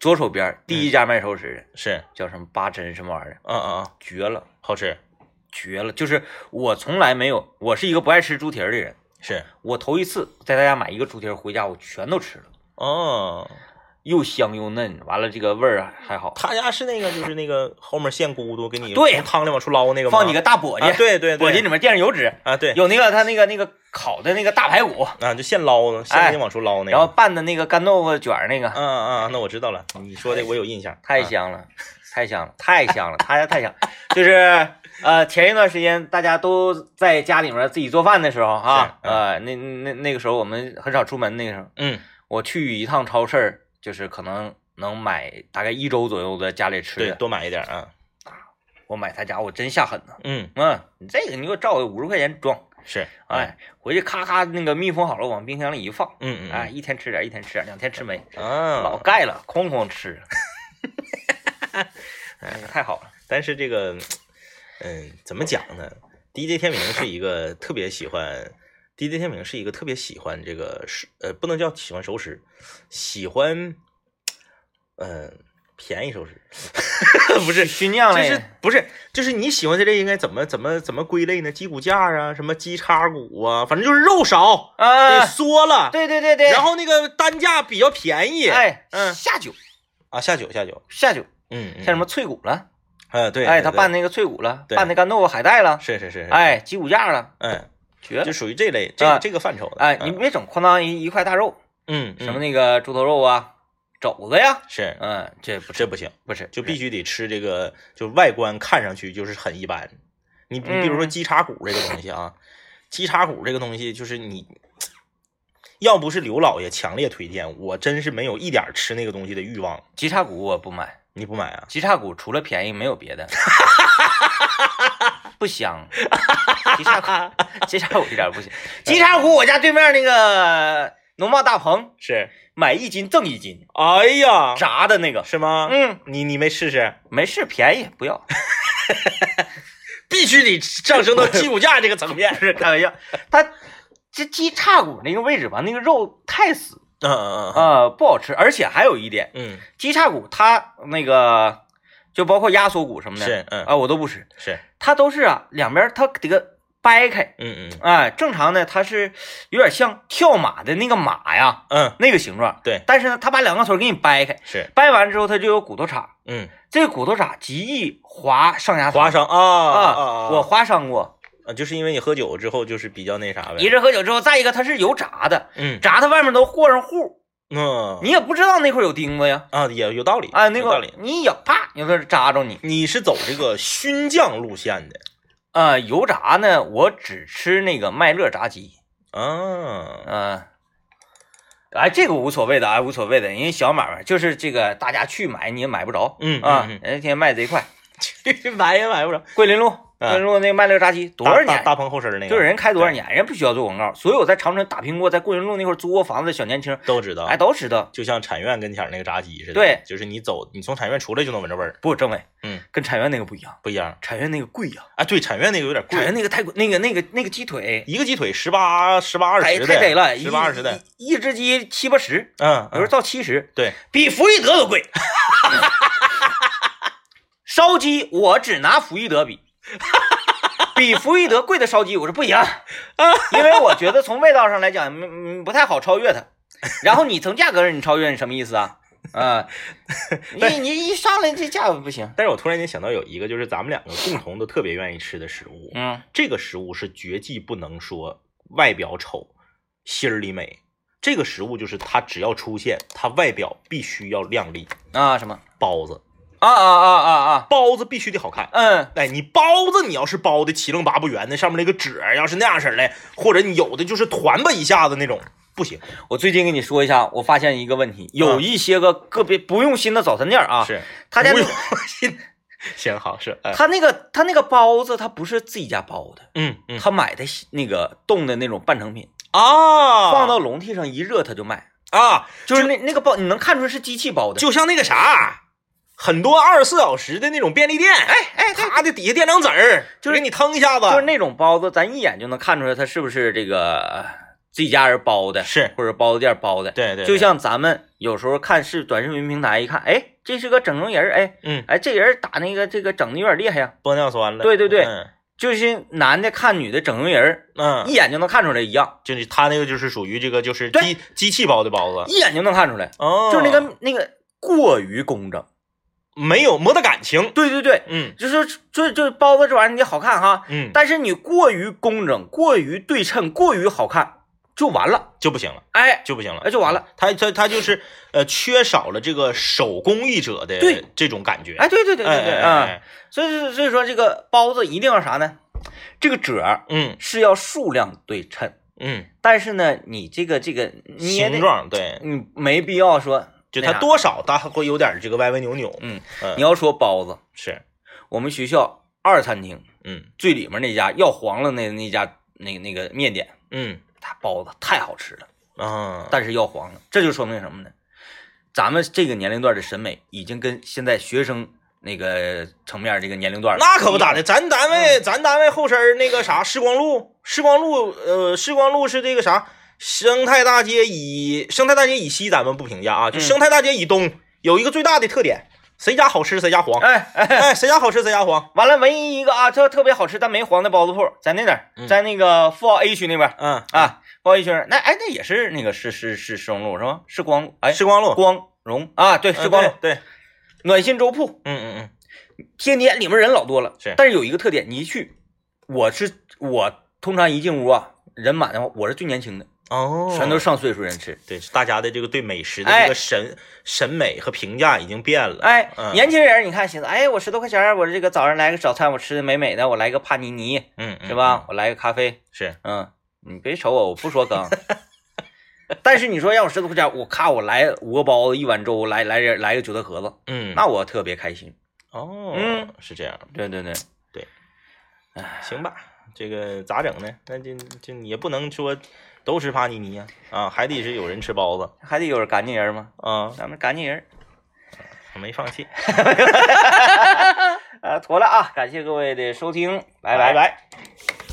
S1: 左手边第一家卖熟食的、
S2: 是，
S1: 叫什么八珍什么玩意儿，
S2: 嗯嗯嗯，
S1: 绝了，
S2: 好吃
S1: 绝了！就是我从来没有，我是一个不爱吃猪蹄儿的人，
S2: 是
S1: 我头一次在他家买一个猪蹄儿回家，我全都吃了，
S2: 哦。
S1: 又香又嫩，完了这个味儿还好，
S2: 他家是那个就是那个后面现咕嘟给你
S1: 对
S2: 从汤里往出捞那个吗，
S1: 放几个大簸箕，
S2: 啊，对对
S1: 簸箕
S2: 对，
S1: 里面垫上油脂，
S2: 啊对，
S1: 有那个他那个那个烤的那个大排骨，
S2: 啊就现捞呢，现
S1: 哎
S2: 给你往出捞那个，
S1: 然后拌的那个干豆腐卷儿那个，
S2: 嗯嗯，嗯那我知道了，你说的我有印象，
S1: 太
S2: 啊
S1: 香了，太香了，太香了，他家太香了。就是呃，前一段时间大家都在家里面自己做饭的时候啊，
S2: 是
S1: 呃，那那那个时候我们很少出门，那个时候
S2: 嗯
S1: 我去一趟超市儿，就是可能能买大概一周左右的家里吃
S2: 对，
S1: 的。
S2: 多买一点啊，
S1: 我买他家我真下狠呐，
S2: 嗯
S1: 嗯，你这个你给我照五十块钱装，
S2: 是，
S1: 哎，回去咔咔那个密封好了，往冰箱里一放，
S2: 嗯嗯嗯
S1: 哎，
S2: 嗯
S1: 一天吃点，一天吃点，两天吃没，
S2: 嗯啊
S1: 老盖了，哐哐 吃。哎呀，太好了，
S2: 但是这个，嗯，怎么讲呢？DJ 天明是一 个特别喜欢，DJ 天明是一个特别喜欢这个是呃，不能叫喜欢熟食，喜欢，嗯、便宜熟食， 不是，
S1: 熏酿
S2: 就
S1: 类
S2: 是
S1: 的。
S2: 不是，就是你喜欢这类应该怎么怎么怎么归类呢？鸡骨架啊，什么鸡叉骨啊，反正就是肉少，
S1: 啊
S2: 给，缩了，
S1: 对对对对，
S2: 然后那个单价比较便宜，
S1: 哎，
S2: 嗯
S1: 下酒
S2: 啊，下酒下酒，
S1: 下酒，
S2: 嗯，
S1: 像
S2: 嗯
S1: 什么脆骨了，
S2: 呃对，
S1: 哎，
S2: 对
S1: 他
S2: 对
S1: 拌那个脆骨了，
S2: 对
S1: 拌那干豆腐海带了，
S2: 是是是，是，
S1: 哎，鸡骨架了，
S2: 嗯。
S1: 绝了
S2: 就，属于这类这
S1: 啊
S2: 个这个范畴的。
S1: 哎，
S2: 嗯
S1: 你别整哐当一一块大肉，
S2: 嗯
S1: 什么
S2: 嗯
S1: 那个猪头肉啊、肘子呀，
S2: 是
S1: 嗯，这不
S2: 这不行，
S1: 不是，
S2: 就必
S1: 须
S2: 须得吃这个，就外观看上去就是很一般。你你比如说
S1: 嗯
S2: 鸡叉骨这个东西啊，鸡叉骨这个东西就是你。要不是刘老爷强烈推荐，我真是没有一点吃那个东西的欲望。
S1: 鸡叉骨我不买，
S2: 你不买啊？
S1: 鸡叉骨除了便宜没有 别的，不香，鸡叉骨鸡叉骨一点 不香，鸡叉骨我家对面那个农贸大棚
S2: 是，
S1: 买一斤赠一斤，
S2: 哎呀，
S1: 炸的那个，
S2: 是吗？
S1: 嗯。
S2: 你你没试试？
S1: 没事，便宜不要，
S2: 必须得上升到鸡骨架这个层面。
S1: 不是开玩笑。它这鸡叉骨那个位置吧，那个肉太死
S2: 嗯嗯嗯
S1: 啊、呃不好吃。而且还有一点，
S2: 嗯，
S1: 鸡叉骨它那个就包括压缩骨什么
S2: 嗯
S1: 的，
S2: 是，
S1: 啊、
S2: 嗯
S1: 我都不吃。
S2: 是，
S1: 它都是啊，两边它这个掰开，
S2: 嗯嗯
S1: 哎、正常呢它是有点像跳马的那个马呀
S2: 嗯，
S1: 那个形状，
S2: 对
S1: 但是呢，它把两个腿给你掰开，
S2: 是，
S1: 掰完之后它就有骨头茬，
S2: 嗯，
S1: 这个骨头茬极易划上牙膛
S2: 划伤啊
S1: 啊
S2: 啊啊！
S1: 我划伤过。
S2: 啊，就是因为你喝酒之后就是比较那啥呗。
S1: 一是喝酒之后，再一个它是油炸的，
S2: 嗯
S1: 炸它外面都和上糊，
S2: 嗯，
S1: 你也不知道那块儿有钉子呀。
S2: 啊也有道理
S1: 啊，那
S2: 有道
S1: 个
S2: 理。
S1: 你一咬，啪，有点扎着你。
S2: 你是走这个熏酱路线的
S1: 呃，油炸呢，我只吃那个麦乐炸鸡。
S2: 啊？
S1: 嗯，哎，这个无所谓的，哎，无所谓的，因为小买卖就是这个，大家去买你也买不着
S2: 嗯
S1: 啊，人
S2: 嗯
S1: 家天天卖贼快。
S2: 嗯买也买不着，
S1: 桂林路，
S2: 嗯
S1: 桂林路那个麦乐炸鸡多
S2: 大
S1: 少
S2: 大
S1: 年？
S2: 大棚后身那个，
S1: 就是人开多少年，人不需要做广告。所有在长春打拼过，在桂林路那块儿租过房子的小年轻，
S2: 都知道，
S1: 哎，都知道。
S2: 就像产院跟前儿那个炸鸡似的，
S1: 对，
S2: 就是你走，你从产院出来就能闻着味儿，
S1: 不，政委，
S2: 嗯，
S1: 跟产院那个不一样，
S2: 不一样。
S1: 产院那个贵呀、
S2: 啊，对，产院那个有点
S1: 感觉
S2: 贵，
S1: 那个太贵，那个那个那个鸡腿
S2: 一个鸡腿十八十八二
S1: 太
S2: 十的，
S1: 太给了，
S2: 十八二十的，
S1: 一，一一只鸡七八十，
S2: 嗯，
S1: 有时候
S2: 嗯
S1: 到七十，
S2: 对，
S1: 比福裕德都贵。 烧鸡我只拿福裕德比，比福裕德贵的烧鸡我是不行，因为我觉得从味道上来讲，嗯嗯不太好超越它。然后你从价格上你超越，你什么意思啊？ 啊、你你一上来这价格不行，
S2: 但是我突然间想到有一个，就是咱们两个共同都特别愿意吃的食物，
S1: 嗯，
S2: 这个食物是绝技不能说外表丑，心儿里美。这个食物就是它只要出现，它外表必须要靓丽。
S1: 啊什么
S2: 包子，
S1: 啊啊啊啊啊，
S2: 包子必须得好看。
S1: 嗯
S2: 哎，你包子，你要是包的七棱八不圆的，上面那个褶儿要是那样式儿的，或者你有的就是团吧一下子那种，不行。
S1: 我最近跟你说一下，我发嗯现一个问题，有一些个个别不用心的早餐店啊，
S2: 是
S1: 他家
S2: 不
S1: 那
S2: 用心行好是，哎
S1: 他那个他那个包子，他不是自己家包的，
S2: 嗯嗯
S1: 他买的那个冻的那种半成品，
S2: 啊，
S1: 放到笼屉上一热他就卖，
S2: 啊，
S1: 就是那那个包你能看出是机器包的，
S2: 就像那个啥，很多二十四小时的那种便利店，哎哎，他的底下垫张纸儿，
S1: 就是
S2: 给你腾一下子，
S1: 就是那种包子，咱一眼就能看出来它是不是这个呃自己家人包的，
S2: 是
S1: 或者包子店包的。
S2: 对对，
S1: 就
S2: 对
S1: 像咱们有时候看视短视频平台，一看，哎，这是个整容人儿，哎
S2: 嗯，
S1: 哎，这人打那个这个整的有点厉害哎呀、
S2: 玻尿酸了，
S1: 对对对
S2: 嗯
S1: 就是男的看女的整容人儿，
S2: 嗯，
S1: 一眼就能看出来一样，
S2: 就是他那个就是属于这个就是
S1: 对
S2: 机机器包的包子，
S1: 一眼就能看出来，
S2: 啊哦，
S1: 就是那个那个过于工整。
S2: 没有没得感情，
S1: 对对对，
S2: 嗯
S1: 就是就就是包子这玩意儿你好看哈，
S2: 嗯，
S1: 但是你过于工整、过于对称、过于好看就完了，
S2: 就不行了。
S1: 哎，
S2: 就不行了，嗯
S1: 哎就完了。
S2: 他他他就是呃，缺少了这个手工艺者的
S1: 对
S2: 这种感觉。
S1: 哎，对对对对对，
S2: 哎
S1: 啊、
S2: 哎
S1: 所以所以所以说这个包子一定要啥呢？这个褶儿
S2: 嗯
S1: 是要数量对称，
S2: 嗯，
S1: 但是呢，你这个这个捏
S2: 形
S1: 的，
S2: 状对，
S1: 你没必要说
S2: 就
S1: 那啥
S2: 它。多少它还会有点这个歪歪扭扭。
S1: 嗯
S2: 嗯
S1: 你要说包子，
S2: 是，
S1: 我们学校二餐厅
S2: 嗯
S1: 最里面那家要黄了那那家那那个面点，
S2: 嗯
S1: 它包子太好吃了，
S2: 啊，
S1: 但是要黄了，这就说明什么呢？咱们这个年龄段的审美已经跟现在学生那个层面这个年龄段
S2: 那可不咋
S1: 的。
S2: 的，咱单
S1: 嗯
S2: 位咱单位后身儿那个啥时光路，时光路呃，时光路是这个啥生态大街以生态大街以西咱们不评价啊，就
S1: 嗯
S2: 生态大街以东有一个最大的特点，谁家好吃谁家黄，
S1: 哎哎，
S2: 哎，谁家好吃谁家黄，
S1: 完了，唯一一个啊，特特别好吃但没黄的包子铺，在那哪儿，
S2: 嗯
S1: 在那个富豪 A 区那边儿
S2: 嗯，
S1: 啊，富豪 A 区那儿那哎那也是那个是是是市荣路是吗？是光路哎
S2: 时光路，
S1: 光荣啊，对，
S2: 嗯
S1: 是光
S2: 对
S1: 路
S2: 对，
S1: 暖心粥铺，
S2: 嗯嗯嗯，
S1: 天天里面人老多了，
S2: 是
S1: 但是有一个特点，你一去，我是我通常一进屋啊，人满的话，我是最年轻的，
S2: 哦，
S1: 全都是上岁数人吃，
S2: 对大家的这个对美食的
S1: 哎
S2: 这个审、审美和评价已经变了，
S1: 哎
S2: 嗯，
S1: 年轻人你看寻思，哎，我十多块钱儿，我这个早上来个早餐，我吃的美美的，我来个帕尼尼
S2: 嗯，嗯
S1: 是？吧？我来个咖啡，
S2: 是，
S1: 嗯，你别瞅我，我不说梗。 但是你说让我十多块钱，我咔我来五个包子，一碗粥，来来点来个韭菜盒子，
S2: 嗯，
S1: 那我特别开心。
S2: 哦，
S1: 嗯，
S2: 是这样，
S1: 对对对，
S2: 行吧，这个咋整呢？那就就你也不能说都吃帕尼尼呀、啊，还得是有人吃包子
S1: 还得有人赶紧人吗？
S2: 啊，
S1: 咱们赶紧人
S2: 我没放弃，
S1: 啊，妥了啊！感谢各位的收听，拜
S2: 拜
S1: 拜
S2: 拜。